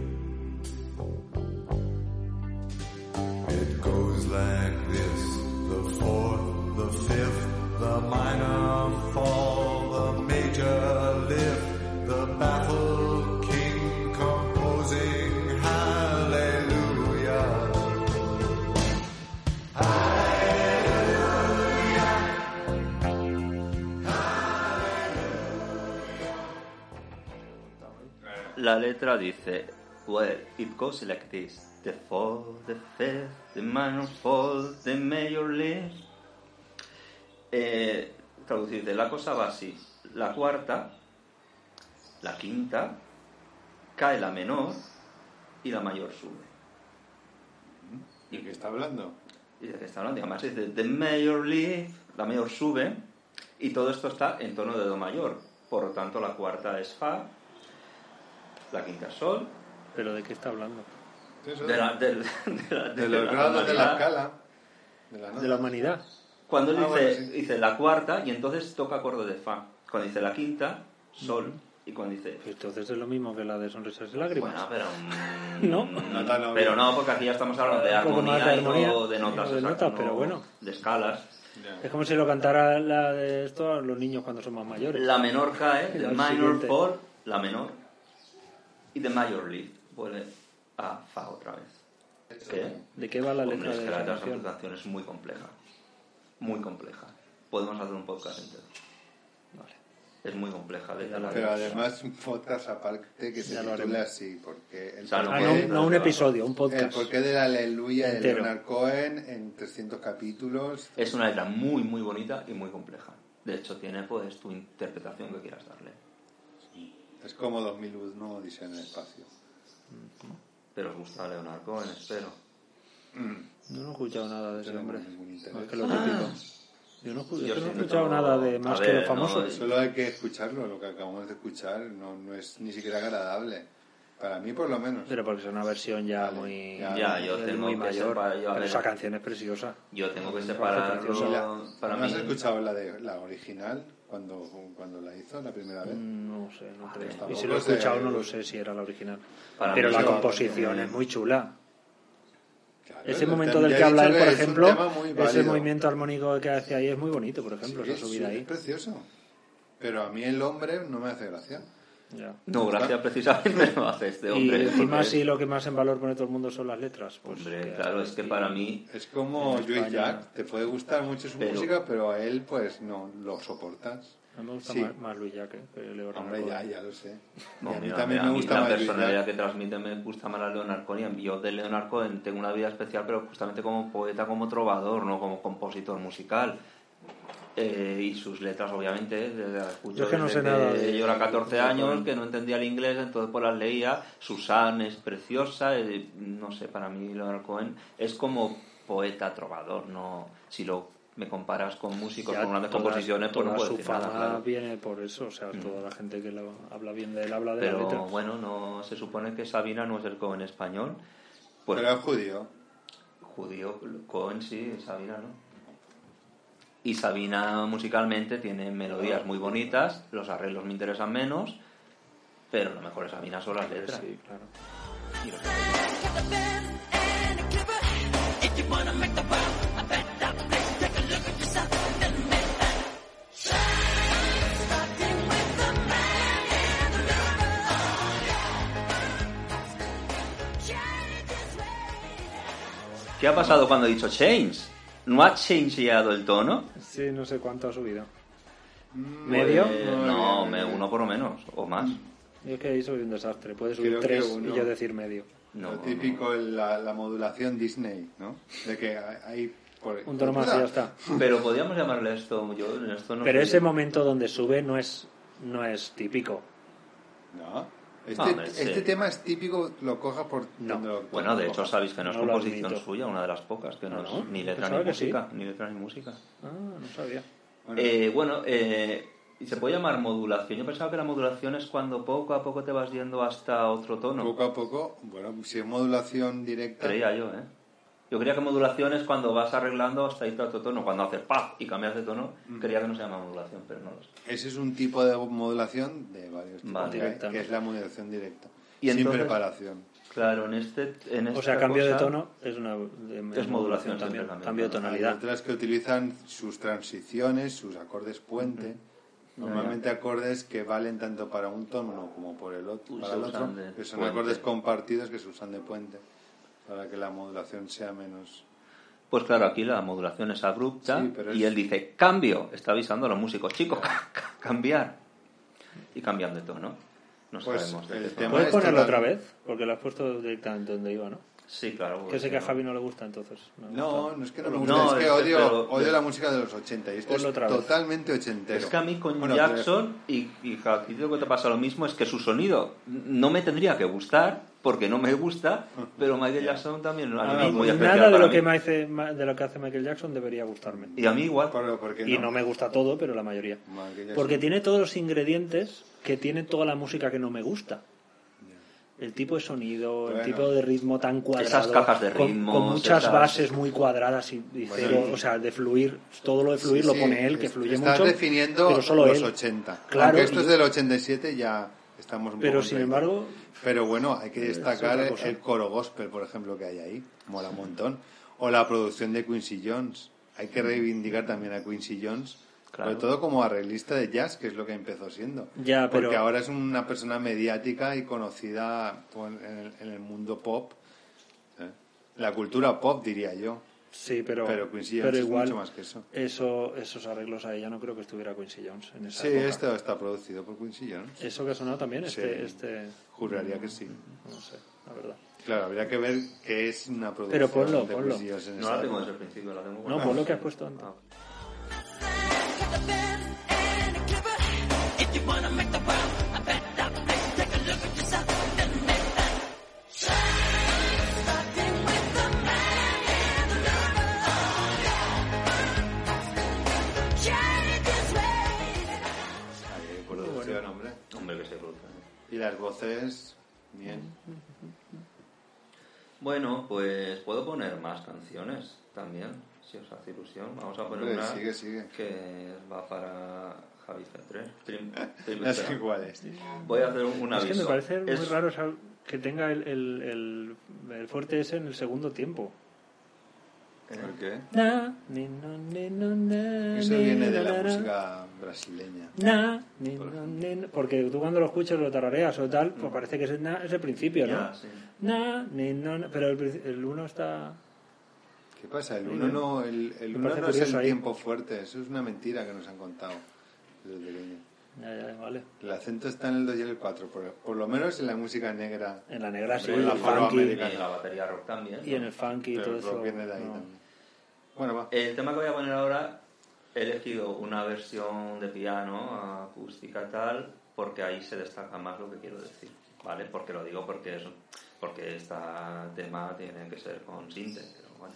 It goes like this, the fourth, the fifth, the minor fall, the major lift, the baffled king composing hallelujah.
La letra dice, well, it goes like this. The fourth, the fifth, the minor fourth, the major lift. Eh, traducirte, la cosa va así. La cuarta la quinta, cae la menor y la mayor sube.
¿De qué está hablando?
Y de qué está hablando, y además dice The Major League, la mayor sube, y todo esto está en tono de Do mayor. Por lo tanto, la cuarta es Fa, la quinta es Sol,
¿Pero de qué está hablando?
Eso,
de, la- del- *laughs* de la-
de
de
los
la
grados de la
tonalidad.
escala. De la nota.
De la humanidad.
Cuando él
Ah,
dice,
bueno, sí.
dice la cuarta, y entonces toca acorde de Fa. Cuando dice la quinta, Sol, y cuando dice.
Pues entonces es lo mismo que la de sonrisas y
Bueno,
lágrimas.
pero. mm,
*laughs* No.
Nota pues. no,
pero
bien.
no, porque aquí ya estamos hablando de
Un poco
armonía,
más de
y
armonía,
no de notas,
de
exacto,
notas, pero
no
bueno.
De escalas.
Ya.
es como si lo cantara la de esto a los niños cuando son más mayores.
La menor cae,
Y
the
al
minor
siguiente.
fall, la menor. Y the major lead vuelve a fa otra vez. ¿Qué?
¿De qué va la
Hombre,
letra
es
de
que la
esa
letra de
canción?
esa canción es muy compleja. Muy compleja. Podemos hacer un podcast entero.
Vale.
Es muy compleja. la letra.
Pero además, fotos aparte que se
Ya lo
titula así, porque el
O sea, no
Ah,
porqué-
no,
puede-
un- no un episodio, un
El
podcast.
porqué de la aleluya de
Entero.
Leonard Cohen en 300 capítulos.
Es una letra muy, muy bonita y muy compleja. De hecho, tiene pues tu interpretación que quieras darle.
Es como 2001 Odisea en el espacio.
Pero os gusta Leonardo Cohen, espero.
No, no he escuchado nada de ese
Yo no
hombre.
tengo ningún interés.
Más que lo típico. Yo no, he escu-
Yo
yo no he
siento
escuchado
todo-
nada de
a
más
ver,
que los
no,
famosos.
es-
Solo hay que escucharlo, lo que acabamos de escuchar no, no es ni siquiera agradable. Para mí, por lo menos.
Pero porque es una versión ya
Vale,
muy,
ya,
Ya, yo
es
tengo
muy
que
mayor.
separar- yo, a
pero
ver,
esa canción es preciosa.
yo tengo que
Me parece
separarlo.
Y la-
para
¿No
mí,
has escuchado la, de, la original cuando, cuando la hizo la primera vez?
No sé, no creo.
tampoco
Y si lo he
sé.
escuchado, no lo sé si era la original.
Para
Pero
mí
la
yo-
composición es muy chula.
Claro,
Ese
el
momento
tem-
del
ya
que
he
habla
dicho
él,
que
por
es un tema
ejemplo,
muy
ese
válido.
movimiento armónico que hace ahí es muy bonito, por
Sí,
ejemplo,
es,
esa subida
es
ahí.
precioso. Pero a mí el hombre no me hace gracia.
Ya.
No, gracias precisamente *laughs* lo hace este
Y
hombre.
encima
porque-
sí lo que más en valor pone todo el mundo son las letras. Pues,
Hombre,
que-
claro, es que para mí
Es como
En
Joey
España-
Jack, te puede gustar mucho su
Pero-
música, pero a él pues no lo soportas.
A mí me gusta
Sí.
más, más Luis Jack, eh, que Leonardo
Hombre,
Cohen.
ya, ya lo sé. Y
Bueno,
a mí
pues, mira,
también
a mí
me gusta
la
más Joey
personalidad
Jack.
que transmite me gusta más la Leonard Cohen. Yo de Leonard Cohen tengo una vida especial, pero justamente como poeta, como trovador, no como compositor musical. Eh, y sus letras, obviamente, desde las escucho
Yo es que no
desde
sé nada de-
Yo era 14
de
años,
Cohen.
que no entendía el inglés, entonces pues las leía. Susan es preciosa, eh, no sé, para mí Leonard Cohen es como poeta, trovador, no... Si lo me comparas con músicos,
Ya
con grandes
toda-
composiciones, pues
toda
no puedo
su
decir
fama
nada, claro. Mm.
viene por eso, o sea, toda la gente que lo- habla bien de él habla de la
Pero
letra.
bueno, no se supone que Sabina no es el Cohen español. Pues
Pero es judío.
judío, Cohen sí, Sabina no. Y Sabina musicalmente tiene melodías muy bonitas, los arreglos me interesan menos, pero lo mejor de Sabina son las letras.
Pues Sí, claro.
¿Qué ha pasado cuando he dicho change? ¿No ha changeado el tono?
Sí, no sé cuánto ha subido.
Mm,
¿Medio?
Eh,
Muy
no,
bien,
me-
muy bien.
uno por lo menos, o más.
Yo es que ahí soy un desastre, puede subir
Creo que
tres
uno.
y yo decir medio.
No,
lo
no.
típico, el- la, la modulación Disney, ¿no? De que hay... por-
Un tono más y ya está.
Pero podríamos llamarle esto, yo en esto no
Pero
soy-
ese momento donde sube no es no es típico.
No. Este,
Hombre,
este
sí.
tema es típico, lo cojas por...
No.
donde lo-
Bueno, de
lo
hecho
cojas.
sabéis que no es
No lo
composición
admito.
suya, una de las pocas, que no,
No, no,
es ni
yo
letra ni
pensaba que sí.
música, ni letra ni música.
Ah, no sabía.
Bueno,
Eh, bueno, eh, y se puede llamar modulación. Yo pensaba que la modulación es cuando poco a poco te vas yendo hasta otro tono.
Poco a poco, bueno, si es modulación directa...
Creía yo, ¿eh? Yo creía que modulación es cuando vas arreglando hasta irte a otro tono. Cuando haces paz y cambias de tono, creía que no se llama modulación, pero no lo sé.
Ese es un tipo de modulación de varios tipos,
Vale.
que hay,
Directa,
que
¿no?
es la modulación directa.
Y
sin
entonces-
preparación.
Claro, en este. En
O
esta
sea, cambio de
cosa-
tono es una de-
Es modulación,
también,
siempre
cambio de
cambia.
Hay
tonalidad.
otras que utilizan sus transiciones, sus acordes puente. Normalmente acordes que valen tanto para un tono como por el otro,
Uy,
para
se
el
usan
otro
de
que son
puente.
acordes compartidos que se usan de puente para que la modulación sea menos.
Pues claro, aquí la modulación es abrupta
Sí, pero
y
es-
él dice cambio. Está avisando a los músicos, *laughs* chicos, cambiar. Y cambian de tono. No
Pues
sabemos de
el
qué
tema-
tono.
¿Puedes
Además,
ponerlo
esto
otra
también-
vez? Porque lo has puesto directamente donde iba, ¿no?
Sí, claro. pues
Que sé que a
no.
Javi no le gusta, entonces. no.
No, no es que no me
No,
gusta, es que
es que-
odio,
pero-
odio la música de los 80 y esto es
Ponlo otra vez.
totalmente ochentero.
Es que a mí con
Bueno, pues-
Jackson y, y Jaquito creo que te pasa lo mismo, es que su sonido no me tendría que gustar, porque no me gusta, pero Michael Jackson también a
Ah,
mí es muy especial
nada de
para
lo, que
mí.
me hace, ma- de lo que hace Michael Jackson debería gustarme.
Y a mí igual.
Pero, ¿por qué
Y no me gusta todo, pero la mayoría.
Michael Jackson.
Porque tiene todos los ingredientes que tiene toda la música que no me gusta. El tipo de sonido,
Bueno.
el tipo de ritmo tan cuadrado.
Esas cajas de
con-
ritmos,
Con, muchas
esas-
bases muy cuadradas y, y
Bueno,
cero.
y-
O sea, de fluir. Todo lo de fluir
Sí,
lo
sí,
pone él, que
es-
fluye
estás
mucho.
definiendo
pero solo
los
él.
80.
Claro,
Aunque esto
y-
es del 87 ya estamos un
Pero
poco
sin
en realidad.
embargo,
Pero bueno, hay que destacar
es otra cosa.
el coro gospel, por ejemplo, que hay ahí. Mola un montón. O la producción de Quincy Jones. Hay que reivindicar también a Quincy Jones.
Claro.
Sobre todo como arreglista de jazz, que es lo que empezó siendo.
Ya, pero-
Porque ahora es una persona mediática y conocida con- en el, en el mundo pop. ¿eh? La cultura pop, diría yo.
Sí, pero,
Pero Quincy Jones
pero
es
igual
mucho más que eso.
eso- esos arreglos ahí ya no creo que estuviera Quincy Jones en esa
Sí,
época.
esto está producido por Quincy Jones.
Eso que ha sonado también, este,
Sí.
este,
Juraría que sí.
no sé, la verdad.
Claro, habría que ver qué es una producción
Pero ponlo,
de
ponlo.
Quincy Jones en
No
esa
la tengo desde
época.
el principio, la tengo
No,
guardada.
por lo que has puesto antes.
Ah.
Ahí hay producción, hombre.
Hombre, que se produce.
Y las voces, bien.
Bueno, pues puedo poner más canciones también, si os hace ilusión. Vamos a poner
Hombre,
una
sigue, sigue.
que va para Javi Cetré. Trim-
*laughs*
trim-
Las
espera.
iguales.
Voy a hacer un
Es
aviso.
que me parece muy
Es-
raro o sea, que tenga el, el, el- el fuerte ese en el segundo tiempo.
¿Por qué?
Na, ni, no, ni, no, na,
Eh, Eso
ni,
viene de
na,
la
na,
música brasileña.
na, ni, no, ni, no. Porque tú cuando lo escuchas lo tarareas o tal,
Mm.
pues parece que es, na, es el principio, ¿no?
Ya, sí.
Na, ni, no, na. pero el, pri- el uno está...
¿Qué pasa? El uno no, el, el
Me
uno
parece
no es
curioso
el
ahí.
tiempo fuerte. Eso es una mentira que nos han contado desde pequeño.
Ya, ya, vale.
El acento está en el 2 y el 4, por, por lo menos en la música negra.
En la negra sí,
Hombre,
en
la
el
y
funky
afroamericana.
la batería rock también.
y en
¿no?
el funky y
Pero
todo
el rock
eso.
viene de ahí
no.
también. Bueno, va.
El tema que voy a poner ahora he elegido una versión de piano acústica tal porque ahí se destaca más lo que quiero decir, ¿vale? Porque lo digo porque es porque este tema tiene que ser con sinte, pero bueno,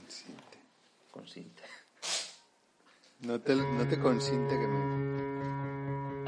Consinte.
con sinte.
No te, no te consinte que me...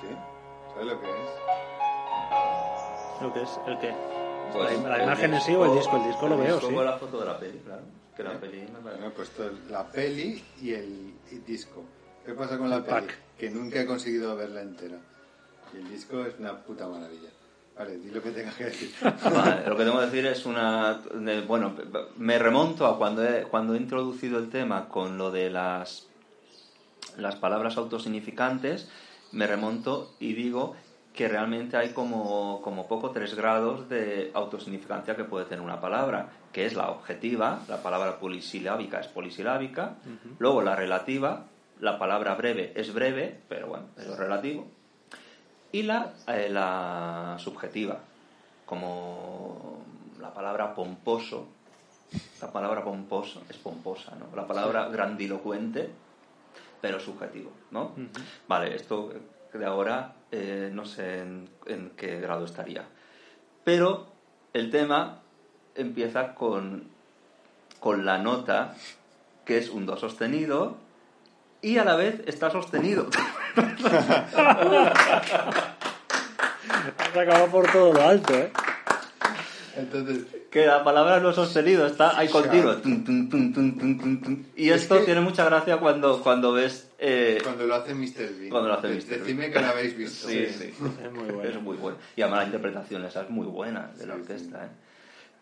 ¿Qué? ¿Sabes lo que es?
Lo que es el que...
Pues,
la imagen en sí o el disco, el disco lo veo, sí.
Pongo la foto de la peli, claro, que la peli me
Bueno,
parece
he puesto la peli y el y disco. ¿Qué pasa con la
El
peli?
pack.
Que nunca he conseguido verla entera. Y el disco es una puta maravilla. Vale, di lo que tengas que
*laughs*
decir.
Vale, lo que tengo que decir es una... de- Bueno, me remonto a cuando he, cuando he introducido el tema con lo de las, las palabras autosignificantes, me remonto y digo que realmente hay como, como poco tres grados de autosignificancia que puede tener una palabra, que es la objetiva, la palabra polisilábica es polisilábica, luego la relativa, la palabra breve es breve, pero bueno, es lo relativo, y la, eh, la subjetiva, como la palabra pomposo. La palabra pomposo es pomposa, ¿no? La palabra grandilocuente, pero subjetivo, ¿no? Vale, esto de ahora eh, no sé en, en qué grado estaría. Pero el tema empieza con, con la nota, que es un do sostenido, y a la vez está sostenido.
Has acabado por todo lo alto, ¿eh?
Entonces,
que la palabra no sostenido está ahí continuo Tun, tun, tun, tun, tun, tun, tun. y
Es
esto
que-
tiene mucha gracia cuando cuando ves eh,
cuando lo hace Mr. Bean.
Cuando lo hace
Pues
Mr. Bean.
Decidme que lo habéis visto.
sí, sí.
*laughs*
Es muy bueno.
es muy bueno y además la interpretación esa es muy buena de la
Sí,
orquesta ¿eh?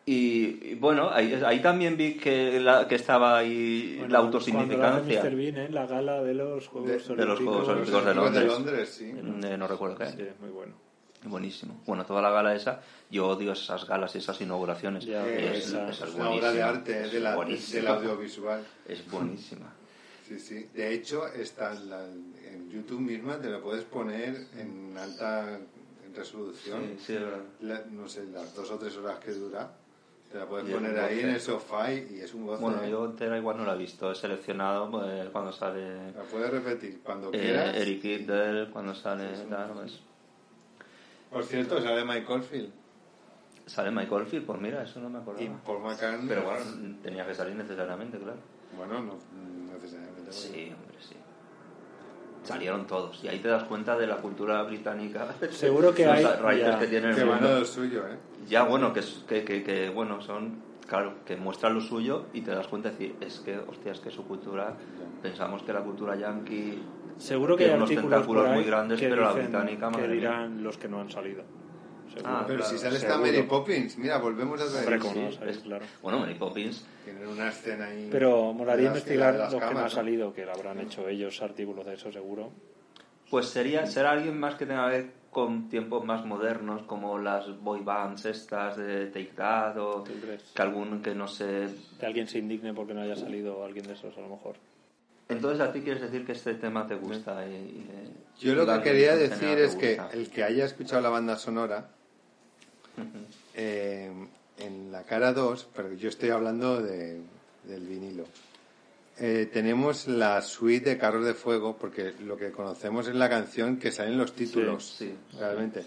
Y, y bueno, ahí, ahí también vi que, la- que estaba ahí
Bueno,
la
Cuando
autosignificancia
lo hace Mr. Bean, ¿eh? La gala de los Juegos
De-
de los Juegos Olímpicos de
Los
Londres.
de Londres, sí.
Eh, no recuerdo qué.
Sí, muy bueno.
Buenísimo. Bueno, toda la gala esa, yo odio esas galas y esas inauguraciones.
Ya,
Eh,
es,
esa-
esa es
una obra de
buenísima,
arte
es
de la,
buenísima.
del audiovisual.
Es buenísima.
Sí, sí. De hecho, está en, la- en YouTube misma, te la puedes poner en alta resolución.
Sí, sí, es verdad.
La- no sé, las dos o tres horas que dura. Te la puedes
Y es
poner
un
ahí en
goce.
el sofá y, y es un goce.
Bueno,
¿eh?
yo entera igual no la he visto. He seleccionado pues, cuando sale
La puedes repetir cuando
eh,
quieras.
Eric Idle, cuando sale... pues, claro, es-
Por cierto, sale Michael Field
sale Michael Field, pues mira, eso no me
y
acordaba.
Paul McCartney.
Pero bueno, tenía que salir necesariamente, claro.
Bueno, no mm, necesariamente.
Sí, hombre, sí. Salieron todos. Y ahí te das cuenta de la cultura británica.
Seguro
*laughs*
que
Los
hay-
raíces
ya.
que tiene el
Que van
mundo.
a lo suyo, ¿eh?
Ya, bueno, que, es- que, que, que, bueno, son, claro, que muestran lo suyo y te das cuenta de decir, es que, hostia, es que su cultura, pensamos que la cultura yankee
Seguro que
tiene
hay
unos
artículos por
tentáculos
ahí
muy grandes,
que
pero la
dicen-
británica,
que
madre mía.
dirán los que no han salido. Seguro.
Ah,
Pero
claro,
si sale esta
seguro.
Mary Poppins, mira, volvemos a
Hombre,
ver.
cómo no,
sí,
sabéis,
es-
claro.
Bueno, Mary Poppins,
Tienen una escena ahí.
Pero molaría
de las- de
investigar
las
los que no
camas,
han salido, que lo habrán hecho ellos artículos de eso seguro.
pues sería, será alguien más que tenga que ver con tiempos más modernos, como las boy bands estas de Take That o
¿Tú crees?
que algún que no sé...
Que alguien se indigne porque no haya salido alguien de esos, a lo mejor.
Entonces a ti quieres decir que este tema te gusta. y- y-
Yo lo
y la
que quería
música en
decir
general te
es que
gusta.
el que haya escuchado la banda sonora, eh, en la cara 2, pero yo estoy hablando de- del vinilo, eh, tenemos la suite de Carros de Fuego, porque lo que conocemos es la canción que salen los títulos,
Sí,
realmente.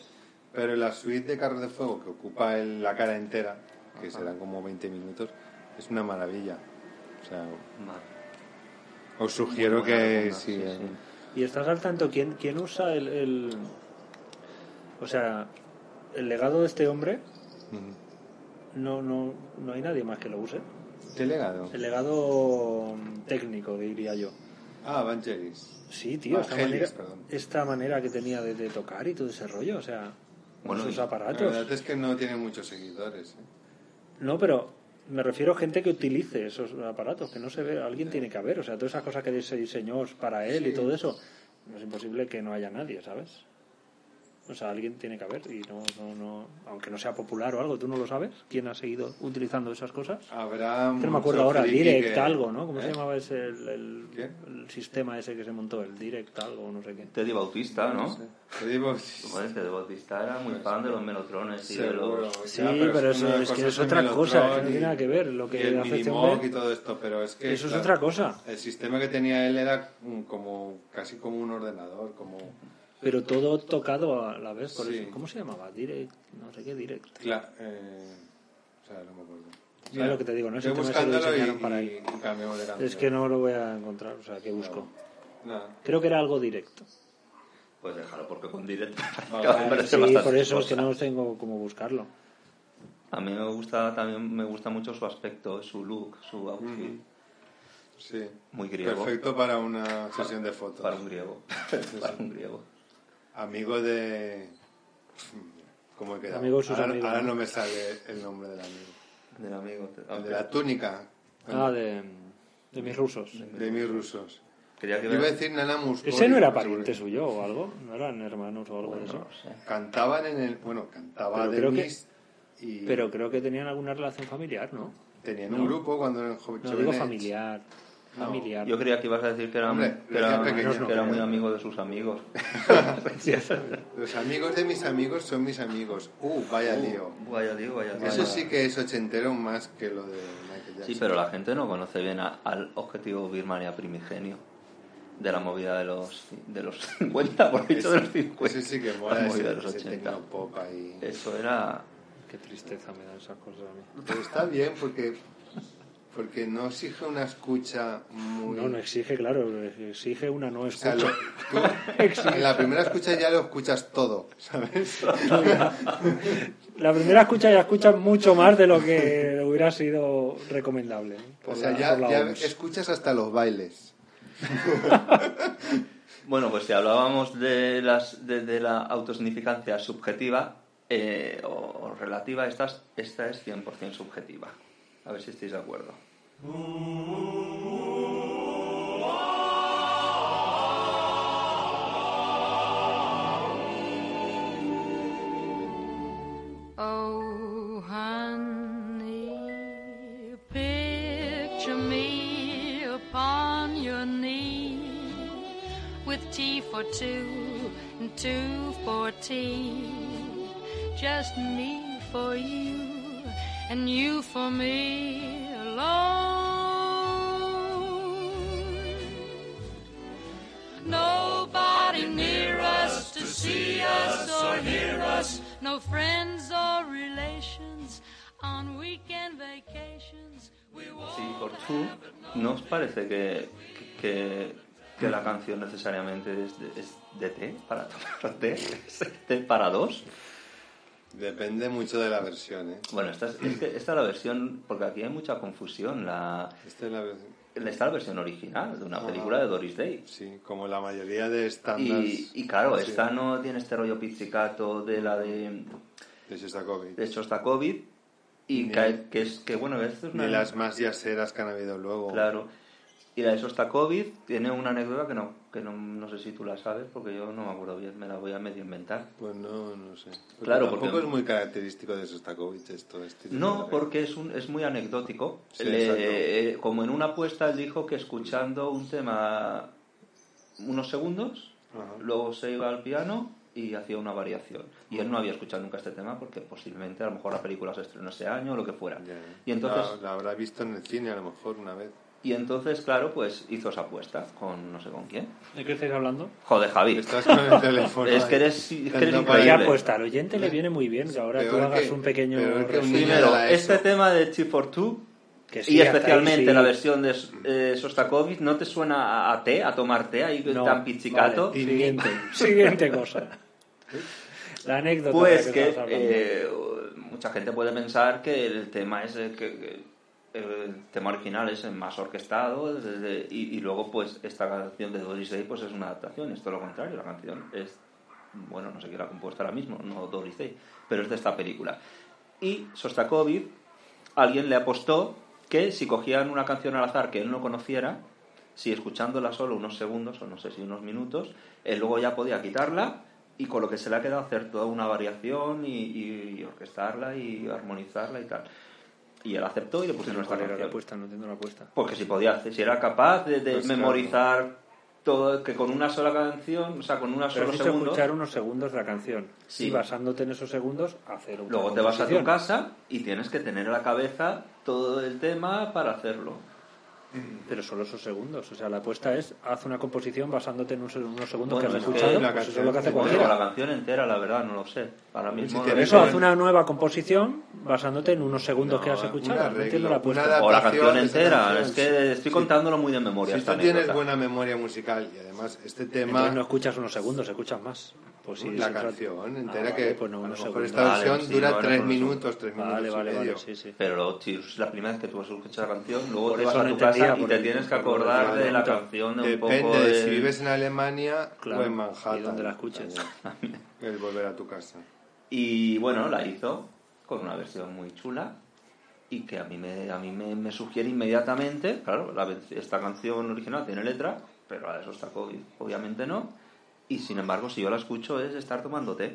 Pero la suite de Carros de Fuego, que ocupa el- la cara entera, que serán como 20 minutos, es una maravilla. O sea,
Vale.
os sugiero
Muy buena
que
banda,
si
sí,
eh,
sí.
¿Y estás al tanto quién, quién usa el, el- O sea, el legado de este hombre. No, no, no hay nadie más que lo use.
¿Qué legado?
El legado mm, técnico, diría yo.
Ah, Vangelis.
Sí, tío, esta manera,
Vangelis, Ah, perdón.
esta manera que tenía de, de tocar y todo ese rollo, o sea,
Bueno,
sus
y-
La
aparatos.
verdad es que no tiene muchos seguidores. ¿eh?
No, pero me refiero a gente que utilice esos aparatos, que no se ve, alguien tiene que haber, o sea, todas esas cosas que se diseñó para él y todo eso, no es imposible que no haya nadie, ¿sabes? O sea, alguien tiene que haber y no, no, no, aunque no sea popular o algo, tú no lo sabes, quién ha seguido utilizando esas cosas.
Habrá
Que no me
mucho
acuerdo ahora,
friki
Direct
que-
algo, ¿no? ¿Cómo
¿Eh?
se llamaba ese, el, el-
¿Qué?
el sistema ese que se montó? El Direct algo, no sé qué.
Teddy Bautista, ¿no?
Te digo,
Joder, Teddy Bautista era muy fan de los melotrones y de
seguro,
los...
Sí,
ya,
pero,
una
eso es
cosa
que es otra
el
cosa,
Melotron
no tiene
y-
nada que ver lo
y
que
el
hace este
Minimoog
hombre.
y todo esto, pero es que...
Eso es
claro,
otra cosa.
El sistema que tenía él era mm, como casi como un ordenador, como...
Pero todo tocado a la vez, por
Sí.
eso. ¿Cómo se llamaba? Direct, no sé qué, Direct.
cla- eh, o sea, no me acuerdo.
Claro, lo que te digo, ¿no? Ese
Estoy
tema se lo
buscándolo y,
diseñaron para
y-
él.
y cambiamos de canción.
Es que no lo voy a encontrar, o sea, que busco.
Nada.
Creo que era algo directo.
Pues déjalo, porque con *laughs* directo...
vale,
Sí, por eso es que no tengo como buscarlo.
A mí me gusta también me gusta mucho su aspecto, su look, su outfit.
Sí.
Muy griego.
Perfecto para una sesión de fotos.
Para un
*laughs*
griego. para un griego.
Amigo de... ¿Cómo he quedado?
Amigo de sus
ahora,
amigos,
ahora
¿no?
no me sale el nombre del amigo.
Del amigo. te-
El de la túnica.
Ah, de, de mis rusos.
De mis rusos.
Quería que
Yo iba a
veas-
decir Nana Mouskouri,
¿Ese no era
pero
pariente
seguro
suyo o algo? ¿No eran hermanos o algo de eso?
No sé.
que- Cantaban en el... Bueno, cantaba
Pero creo que-
Denis y
Pero creo que tenían alguna relación familiar, ¿no?
tenían un grupo cuando eran jo-
No
jóvenes.
digo familiar. Familiar.
Yo creía que ibas a decir que era,
Hombre,
que era,
decía pequeño.
que era muy amigo de sus amigos.
Los amigos de mis amigos son mis amigos. Uh, vaya lío.
Vaya digo, vaya lío.
Eso sí que es ochentero más que lo de Michael Jackson.
Sí, pero la gente no conoce bien a- al objetivo Birmania primigenio de la movida de los, de los *laughs* 50, por dicho de los 50.
Eso
*laughs*
sí que
La
mola ese,
movida de los
ese
80.
tecnopop ahí.
Eso era...
Qué tristeza me dan esas cosas a mí.
Pero Pues está bien porque, porque no exige una escucha muy...
No, no exige, claro, exige una no
O sea,
escucha.
lo-
*laughs*
tú en la primera escucha ya lo escuchas todo, ¿sabes?
La primera escucha ya escuchas mucho más de lo que hubiera sido recomendable. ¿eh?
O
por
sea,
la-
ya,
por la
ya
OMS.
escuchas hasta los bailes.
Bueno, pues si hablábamos de, las, de, de la autosignificancia subjetiva eh, o, o relativa, esta es, esta es 100% subjetiva. A ver si estáis de acuerdo.
Oh, honey, picture me upon your knee with tea for two and two for tea. Just me for you and you for me alone. Nobody near us to see us or hear us. No friends or relations on weekend vacations. We
Sí, por
won't
tú,
have it, no
¿no os parece que, que, que la canción necesariamente es de, es de té? ¿Para tomar té? ¿Es té para dos?
Depende mucho de la versión, ¿eh?
Bueno, esta es, es que esta es la versión, porque aquí hay mucha confusión. La,
Esta es la versión.
está la versión original de una película de Doris Day.
Sí, como la mayoría de estándares.
Y, y claro,
sí,
esta no tiene este rollo pizzicato de la de,
De Shostakovich.
de Shostakovich y
Ni-
que, que es que bueno, esto es una
Ni las más yaseras que han habido luego.
Claro. Y la de Sostakovich tiene una anécdota que no, que no, no sé si tú la sabes, porque yo no me acuerdo bien, me la voy a medio inventar.
Pues no, no sé. Porque
Claro,
tampoco
porque-
es muy característico de Sostakovich esto. este tipo
No,
de-
porque es, un, es muy anecdótico.
Sí,
Le-
exacto.
eh, como en una apuesta él dijo que escuchando un tema unos segundos,
Ajá.
luego se iba al piano y hacía una variación. Y él no había escuchado nunca este tema porque posiblemente a lo mejor la película se estrenó ese año o lo que fuera.
Ya, ya.
Y entonces
La, la habrá visto en el cine a lo mejor una vez.
y entonces claro, pues hizo esa apuesta con no sé con quién.
¿De qué estáis hablando?
Joder, Javi.
Estás con el teléfono.
Es que
ahí.
eres- es que eres
Dando
¿Qué
Vale. increíble.
apuesta? pues, Al oyente le viene muy bien que ahora tú
Peor
hagas
que-
un pequeño
peor que un
resumen.
niño de
Primero,
la ESO.
este tema de Chip for Two
Que
y
sí, hasta ahí
especialmente
sí.
la versión de eh, Sostakovich, ¿no te suena a, a té, a tomar té ahí
No,
tan pizzicato?
vale, siguiente, *laughs* siguiente cosa. La anécdota
Pues
de la
que
estabas hablando.
eh, mucha gente puede pensar que el tema es el que que el tema original es el más orquestado desde- y, y luego pues esta canción de Doris Day pues es una adaptación, es todo lo contrario, la canción es bueno, no sé quién la ha compuesto ahora mismo, no Doris Day, pero es de esta película. Y Sostakovich alguien le apostó que si cogían una canción al azar que él no conociera, si escuchándola solo unos segundos o no sé si unos minutos, él luego ya podía quitarla y con lo que se le ha quedado hacer toda una variación y, y- y orquestarla y armonizarla y tal. Y él aceptó y le pusieron esta
¿Cuál era la
canción.
apuesta? No entiendo la apuesta.
Porque si podía, hacer- si era capaz de, de
Pues claro.
memorizar todo, que con una sola canción, o sea, con una
Pero
solo
has dicho
segundo,
escuchar unos segundos la canción.
Sí.
Y basándote en esos segundos, hacer un
luego te vas a tu casa y tienes que tener en la cabeza todo el tema para hacerlo.
Pero solo esos segundos. O sea, la apuesta es, haz una composición basándote en unos, en unos segundos
Bueno,
que has
es que
la
escuchado. pues eso
canción-
es lo que hace
Bueno,
Bueno, la
cualquiera.
canción entera, la verdad, no lo sé. Ahora mismo.
Pues Si
no
Por
te
lo ¿eh?
eso,
sé.
canción-
haz una nueva composición basándote en unos segundos
No,
que has
un
escuchado. No
arreglo,
entiendo la
una
apuesta.
adaptación
O la canción
de esa
entera.
canción,
es que
sí.
estoy contándolo muy de memoria.
Si
esta
tú tienes
anécdota.
buena memoria musical y además este tema,
Entonces no escuchas unos segundos, escuchas más. Pues sí,
la
se trata-
canción
Ah,
entera,
vale,
que
pues no,
a lo
unos
mejor
segundos.
esta
Vale,
versión
sí,
dura
vale,
tres
con eso.
minutos, tres minutos
pues Vale,
y
vale, vale,
medio.
sí, sí.
Pero, tío, es la primera vez que tú vas a escuchar la canción, luego
Por
te vas
eso
a
no
tu
entendía,
casa y
por
te
eso-
tienes que
por lo de
acordar
la
de la
pregunta.
canción de un poco
Depende de si
de-
vives en Alemania
Claro,
o en Manhattan.
y donde la escuches. Ah,
también. El volver a tu casa.
Y bueno, la hizo con una versión muy chula y que a mí me, a mí me, me sugiere inmediatamente, claro, la ven- esta canción original tiene letra, pero la de Sostakovich obviamente no, y sin embargo si yo la escucho es estar tomando té.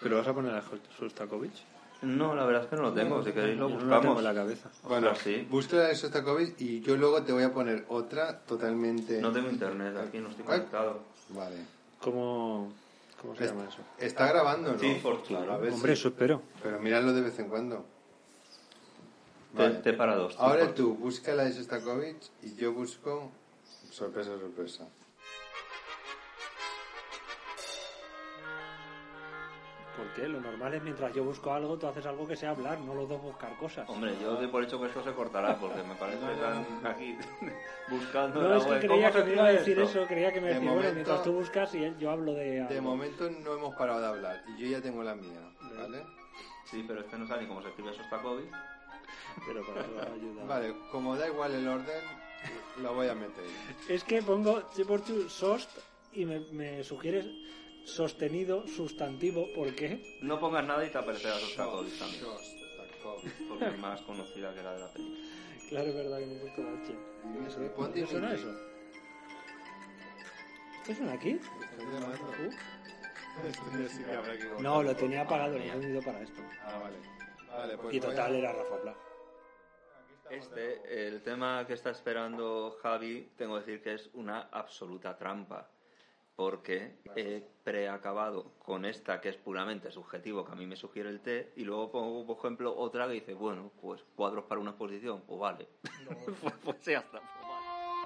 ¿Pero vas a poner a Sostakovich?
No, la verdad es que no lo tengo, si queréis lo
Yo no la tengo
buscamos.
en la cabeza.
Bueno,
Ostras, sí.
búscala de Sostakovich y yo luego te voy a poner otra totalmente...
No tengo internet, aquí no estoy
Ay.
conectado.
Vale.
¿Cómo, cómo se
Es-
llama eso?
Está grabando, ¿no?
Sí, por-
A ver
Hombre,
si-
eso espero.
Pero míralo de vez en cuando.
Té,
Vale.
té para dos. té
Ahora
por-
tú busca la de Sostakovich y yo busco... Sorpresa, sorpresa.
Porque lo normal es mientras yo busco algo, tú haces algo que sea hablar, no los dos buscar cosas.
Hombre, yo doy por hecho que esto se cortará porque me parece que están aquí *laughs* buscando
no,
la
es que
web.
creía
¿Cómo se
que me iba a
escribe
decir
esto?
eso, creía que me
De
decía, bueno,
momento-
mientras tú buscas y él- yo hablo de algo.
De momento no hemos parado de hablar y yo ya tengo la mía, ¿vale?
Sí, pero este no sabe ni cómo se escribe Sostakovich.
Pero para eso ayuda.
Vale, como da igual el orden, la voy a meter.
Es que pongo Cheporchu Sost y me, me sugieres sostenido, sustantivo, ¿por qué? *laughs*
No pongas nada y te aparecerá Sostakovich también.
Shostakovich.
Porque es más conocida que la de la película.
Claro, es verdad que me he puesto la H.
Ponte
¿Qué suena eso? ¿Qué suena aquí?
Están llamando. Esto ya sí que habrá que cortar.
No, lo tenía apagado, lo he unido para esto.
Ah, vale. Vale, pues
Y
voy a-
total era Rafa Pla.
Este, el tema que está esperando Javi, tengo que decir que es una absoluta trampa. Porque he preacabado con esta que es puramente subjetivo, que a mí me sugiere el té, y luego pongo, por ejemplo, otra que dice, bueno, pues cuadros para una exposición, pues vale. pues, *laughs* pues ya está, pues vale.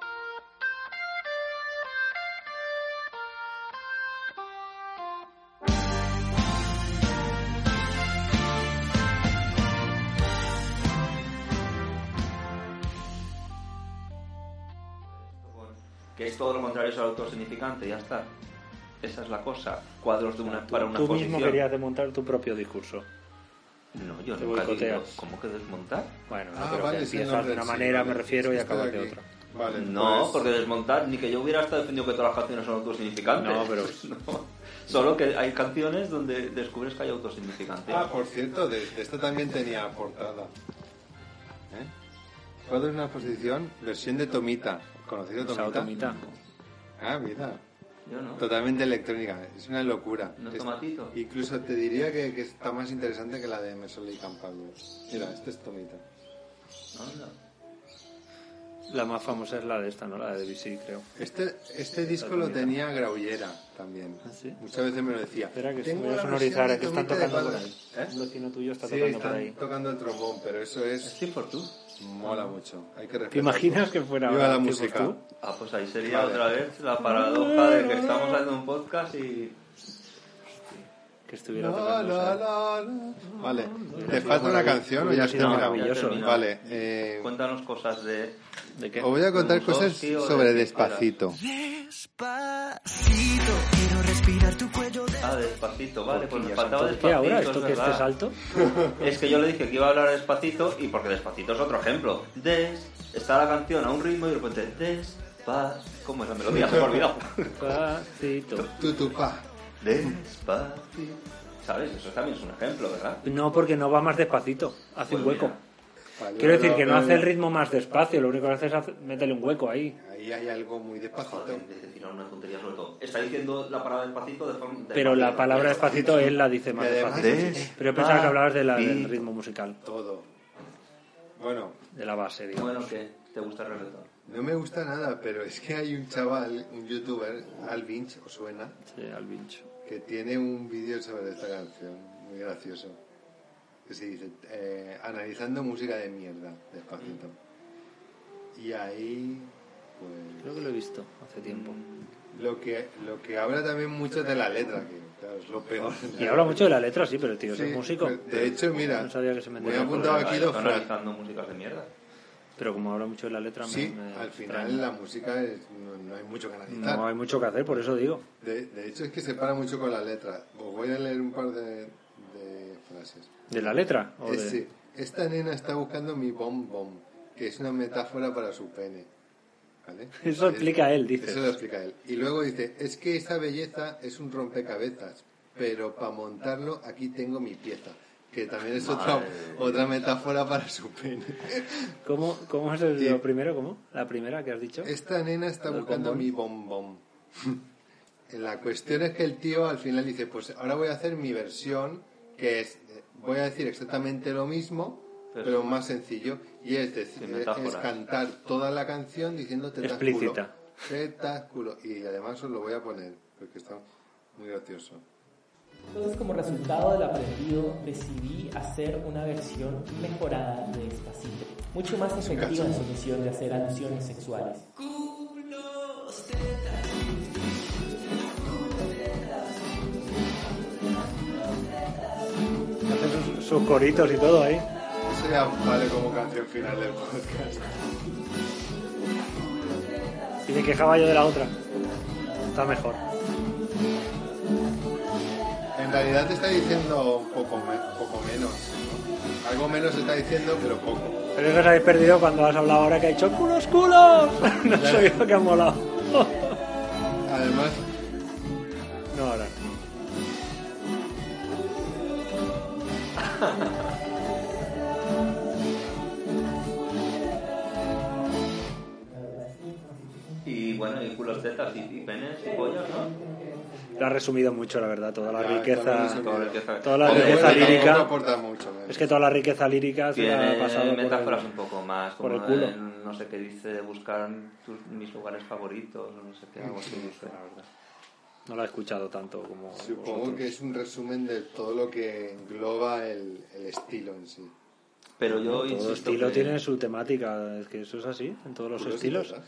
Que es todo lo contrario al autosignificante, ya está. Esa es la cosa. Cuadros de una, para una
Tú
exposición.
mismo querías desmontar tu propio discurso.
No, yo
Te
nunca he dicho,
boicoteas.
¿cómo que desmontar?
Bueno, no,
Ah,
pero
vale,
que
es el
empiezas de
orden,
una
sí,
manera,
vale.
me refiero, y
Es que
acabas de
estoy
otra.
aquí. Vale,
No,
pues-
porque desmontar, ni que yo hubiera estado defendiendo que todas las canciones son autosignificantes.
No, pero-
*laughs* No. Solo que hay canciones donde descubres que hay autosignificantes.
Ah, por cierto, de, de esta también tenía portada. ¿Eh? Cuadro de una exposición, versión de Tomita. ¿Conocido
pues,
O sea,
Tomita?
automita.
Ah, mira.
Yo no.
Totalmente electrónica, es una locura.
¿No es
Es-
tomatito?
Incluso te diría que, que está más interesante que la de Mesoli y Campagno. Mira, este es Tomita.
Anda.
La más famosa es la de esta, ¿no? La de Debussy, creo.
Este, este disco lo tenía Graullera también.
¿Ah, sí?
Muchas veces me lo decía.
Espera, que se
Tengo
me voy a
la
sonorizar,
versión
que
de
están
Tomita de
tocando por ahí.
cuadros.
Un
¿Eh?
vecino tuyo está
Sí,
tocando por
están
ahí.
tocando el trombón, pero eso es...
Sí, por tú.
Mola mucho. Hay que
¿Te imaginas que fuera
Viva
ahora
la
tipo
música.
tú?
Ah, pues ahí sería
Vale.
otra vez la paradoja de que estamos haciendo un podcast y...
Que estuviera tocando. o sea.
Vale, ¿te falta una canción o ya está
No,
maravilloso.
terminado? Vale, eh,
Cuéntanos cosas de...
¿De qué?
os voy a contar
de
cosas
Mussorgsky o de
sobre
quien
Despacito.
Despacito, quiero respirar tu cuello de...
quieras. Ah, despacito, vale, pues me faltaba
¿Por
despacito.
qué ahora?
es
¿Esto que este
verdad.
salto?
Es que yo le dije que iba a hablar despacito y porque despacito es otro ejemplo. Des, está la canción a un ritmo y de repente des, pa, ¿cómo es la melodía? Se me ha olvidado.
*laughs*
Despacito.
Tutupá.
Despacito. ¿Sabes? Eso también es un ejemplo, ¿verdad?
No, porque no va más despacito. Hace
Pues
un hueco.
mira.
Quiero decir que no hace el ritmo más despacio. Lo único que hace es hace- métele un hueco ahí.
Ahí hay algo muy despacito.
Joder, de tirar una tontería sobre todo. Está diciendo la palabra despacito de forma...
Pero la
despacito.
palabra despacito él la dice más
Y además-
despacito.
Des-
Pero yo pensaba que hablabas de la-
pa-
del
pi-
ritmo musical,
Todo. Bueno,
de la base, digamos.
Bueno, ¿qué? ¿Te gusta el reggaetón?
no me gusta nada, pero es que hay un chaval, un youtuber, Alvinch, ¿os suena?
Sí, al vincho.
que tiene un vídeo sobre esta canción, muy gracioso. Que se dice, eh, analizando música de mierda, despacito. Y ahí, pues,
Creo que lo he visto hace tiempo.
Mm, lo que, lo que habla también mucho de la letra, que claro, es lo peor.
*laughs* Y habla mucho de la letra, sí, pero el tío, es
Sí,
un músico.
De hecho, mira,
No sabía que se
me he
metía con
apuntado
Porque
aquí
la-
dos
están
frases.
analizando músicas de mierda.
Pero como habla mucho de la letra, me-
Sí,
me
al
extraña.
final la música es- no, no hay mucho que analizar.
No hay mucho que hacer, por eso digo.
De, de hecho, es que se para mucho con la letra. Os voy a leer un par de, de frases.
¿De la letra? O de...
Ese, esta nena está buscando mi bom bom, que es una metáfora para su pene. ¿Vale?
Eso lo explica él, dices.
Eso lo explica él. Y luego dice, es que esta belleza es un rompecabezas, pero para montarlo aquí tengo mi pieza, que también es otra, otra metáfora para su pene.
¿Cómo, cómo es el-
Sí.
lo primero? ¿Cómo? ¿La primera que has dicho?
Esta nena está
Del
buscando
bombón.
mi bombón. *laughs* La cuestión es que el tío al final dice, pues ahora voy a hacer mi versión, que es, eh, voy a decir exactamente lo mismo,
Pero-
pero más sencillo, y es
Sin
decir,
metáforas.
es cantar toda la canción diciendo tetas
Explícita.
culo. Tetas culo. Y además os lo voy a poner, porque está muy gracioso.
Entonces, como resultado del aprendido, decidí hacer una versión mejorada de Despacito, mucho más efectiva en su misión de hacer alusiones sexuales.
Hace sus, sus coritos y todo ahí.
Eso ya vale como canción final del podcast.
Y me quejaba yo de la otra. Está mejor.
En realidad te está diciendo poco, me- poco menos. ¿no? Algo menos está diciendo, pero poco.
Pero eso os habéis perdido cuando has hablado ahora que ha hecho culos, culos. *laughs* No soy yo que ha molado.
Además,
*laughs* No, ahora. no.
Y bueno, y culos, tetas y, y penes y pollos, ¿no?
Lo ha resumido mucho, la verdad, toda la
Ya, todo
riqueza.
resumido.
Toda la riqueza.
Toda la
Pero
riqueza
bueno, tampoco
lírica.
aporta mucho, ¿eh? ¿no?
Es que toda la riqueza lírica se la ha pasado.
Tiene
por el-
metáforas un poco más,
por
como
el culo.
en, no sé qué dice, buscar tus- mis lugares favoritos, o no sé qué, algo así dice, la verdad.
No la he escuchado tanto como.
Supongo
vosotros.
que es un resumen de todo lo que engloba el, el estilo en sí.
Pero yo
Todo
insisto
estilo
que-
tiene su temática, es que eso es así, en todos los
Curioso,
estilos.
¿verdad?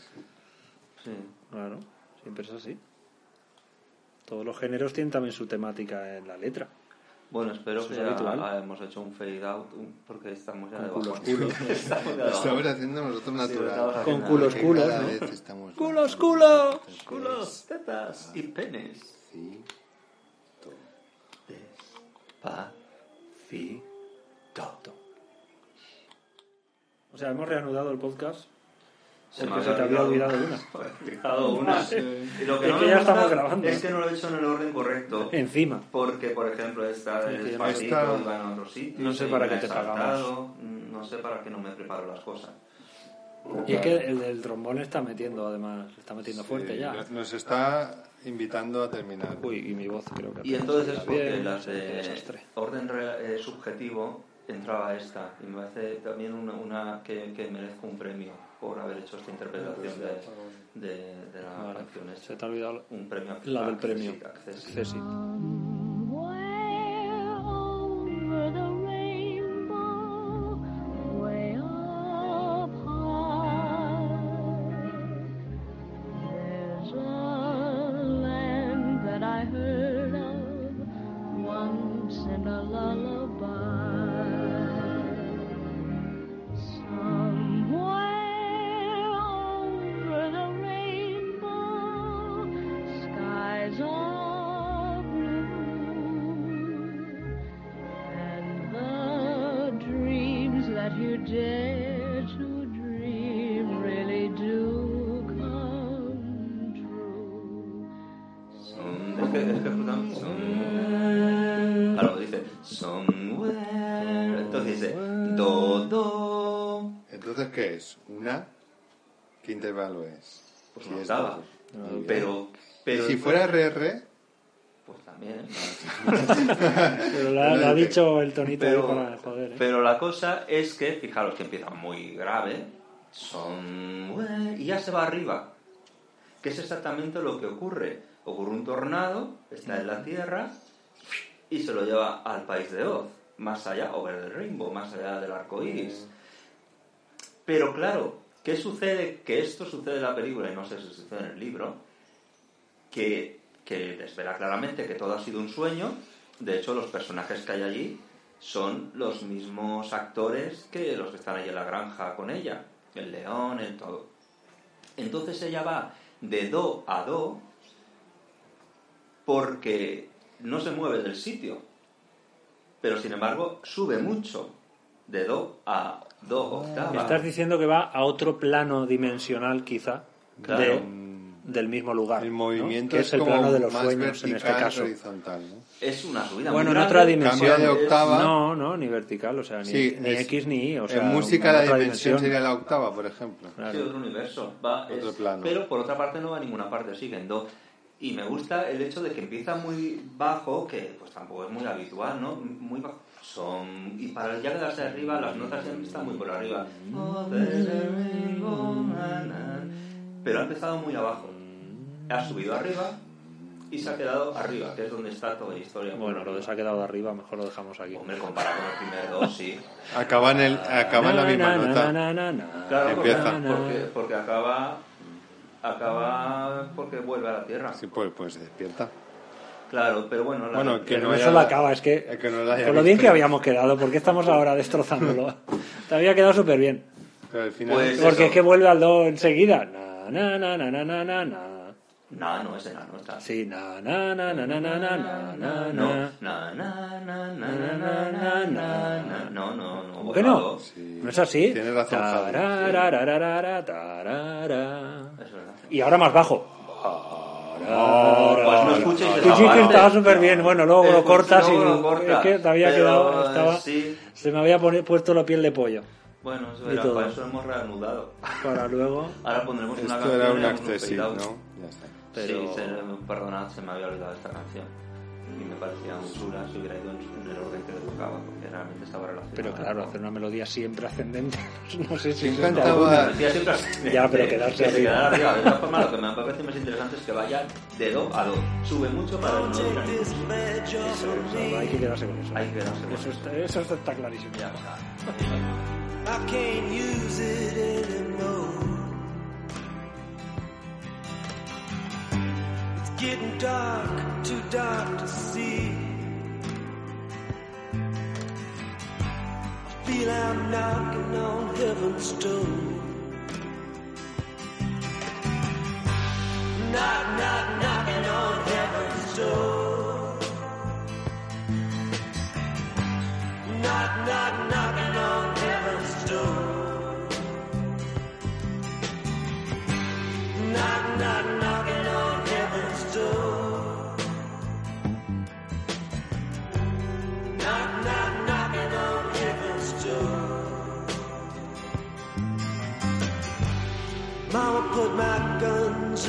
sí.
Claro, siempre es así. Todos los géneros tienen también su temática en la letra.
Bueno, espero
Eso
que
es
ya
habitual.
ah, hemos hecho un fade out un- porque estamos ya de
culos,
bajón. *laughs* Estamos ya de
Estamos
bajón.
haciendo nosotros
estamos
natural.
haciendo
Con culos,
Porque
culos,
cada
¿no?
vez estamos-
¡Culos, culos!
Culos, tetas y penes.
Sí.
Despacito.
O sea, hemos reanudado el podcast.
Se
Porque se te había olvidado una.
Se me *laughs* había olvidado
*laughs*
una. Y lo que no me
Es que ya
gusta
estamos grabando. ¿eh?
Es que no lo he hecho en el orden correcto.
Encima.
Porque, por ejemplo, esta
Es
del
que yo no
despacito
estaba-
iba en otro sitio.
No sé
se
para
me
qué
he
te pagamos.
saltado, No sé para qué no me preparo las cosas.
Y es que el, el trombón le está metiendo, además, le está metiendo fuerte
Sí,
ya.
eh, nos- Nos está invitando a terminar.
Uy, y mi voz creo que...
Y entonces es porque
Bien,
las eh,
qué
de
desastre.
orden rela- eh, subjetivo entraba esta y me parece también una, una que, que merezco un premio por haber hecho esta interpretación de, de- de la
Pues Vale,
canción esta.
se te ha olvidado
Un premio
la del
Accesi-
premio.
Accesi.
Sí, sí.
And a lullaby Somewhere over the rainbow, skies are blue, and the dreams that you dare to dream really do come true.
Som- Es que, es que escuchan, "Somewhere", Claro, dice somewhere. Entonces dice do, do.
Entonces, ¿qué es? ¿Una? ¿Qué intervalo es?
Pues
Si
no
es
estaba.
dos. Muy bien.
Pero, pero.
si fuera RR,
Pues también.
Pero la, la ha dicho el tonito ahí
Pero,
para joder, ¿eh?
pero la cosa es que, fijaros que empieza muy grave, somewhere, y ya se va arriba, que es exactamente lo que ocurre. Ocurre un tornado, está en la Tierra, y se lo lleva al país de Oz, más allá, over el rainbow, más allá del arco iris. Pero claro, ¿qué sucede? Que esto sucede en la película, y no sé si sucede en el libro, que, que desvela claramente que todo ha sido un sueño. De hecho, los personajes que hay allí son los mismos actores que los que están ahí en la granja con ella. El león, el todo. Entonces ella va de do a do porque no se mueve del sitio. Pero sin embargo, sube mucho. De do a do octava.
Estás diciendo que va a otro plano dimensional, quizá,
Claro.
de- del mismo lugar.
el
Ah, ¿no?
movimiento
Que
es,
es el
como
plano de los
más
sueños, en
vertical,
este caso.
horizontal. ¿no?
Es una subida
Bueno,
muy
en otra
grande.
dimensión.
Cambia de octava.
No, no, ni vertical, o sea, ni,
Sí,
ni
es-
X ni Y. O sea,
en música la
otra
dimensión, sería la octava, por ejemplo.
Claro.
Sí, otro universo. Va,
Otro
es-
plano.
Pero por otra parte no va a ninguna parte, siguiendo. Y me gusta el hecho de que empieza muy bajo, que pues tampoco es muy habitual, ¿no? Muy bajo. Son... Y para ya quedarse arriba, las notas siempre están muy por arriba. Pero ha empezado muy abajo. Ha subido arriba y se ha quedado arriba, que es donde está toda la historia.
Bueno, lo de se ha quedado de arriba, mejor lo dejamos aquí.
Hombre, comparado con el primer dos, sí.
Acaba en, el, acaba en la
Na,
misma
na, na,
nota.
na, na, na.
Claro, porque,
Empieza.
porque, porque acaba, acaba porque vuelve a la Tierra.
Sí, pues, pues se despierta.
Claro, pero bueno, la-
Bueno, que
Pero
no
no
haya-
solo acaba, es que,
eh, que no lo haya
con lo bien
visto.
que habíamos quedado, porque estamos ahora
*laughs*
destrozándolo. Te había quedado súper bien.
Pero al final,
Pues-
Porque
eso.
es que vuelve al do enseguida. Na, na, na, na, na, na, na, na.
no, no es enano, está.
Sí, na, na, na, na, na, na, na, na, na,
No,
na.
na, na, na, na, na, na, na, na, na. no, no, no.
¿Cómo que
vuelve a
no?
dos.
¿No es así?
Tienes razón, Javi.
Tarararararara, tarara.
Es verdad.
Y ahora más bajo.
pues no escuches
Tú
esa
dijiste que
parte.
estaba súper bien. Bueno, luego
Eh,
lo cortas
luego
y
lo cortas,
es que te había
pero,
quedado, estaba,
sí.
se me había poni- puesto la piel de pollo
Bueno, eso
Y
era,
todo.
para eso hemos reanudado.
para luego.
Ahora pondremos una
Esto
canción.
era un
y hacemos
accessi, ¿no?
fade-out.
Ya está.
Sí, se- perdonad, se me había olvidado esta canción. Y me parecía un chula si hubiera ido en, en el orden que tocaba, porque realmente estaba relacionado.
Pero claro, hacer una melodía siempre ascendente. *laughs* No sé si
¿Quién
eso
cantaba?
está bueno.
Ah.
Decía siempre-
*laughs* Ya, pero
que-
quedarse
que se
arriba.
quedara arriba. De todas formas, lo que me parece más interesante es que vaya de do a do. Sube mucho para no ir a ningún sitio.
Eso, eso, hay que quedarse con eso. ¿eh?
Hay que quedarse con
Eso
eso.
está, eso está clarísimo.
Ya está.
I can't use it anymore. It's getting dark, too dark to see. I feel I'm knocking on heaven's door. Knock, knock, knocking on heaven's door. Knock, knock, knocking on heaven's door. Knock, knock, knocking on heaven's door. Knock, knock, knocking on heaven's door. Mama put my guns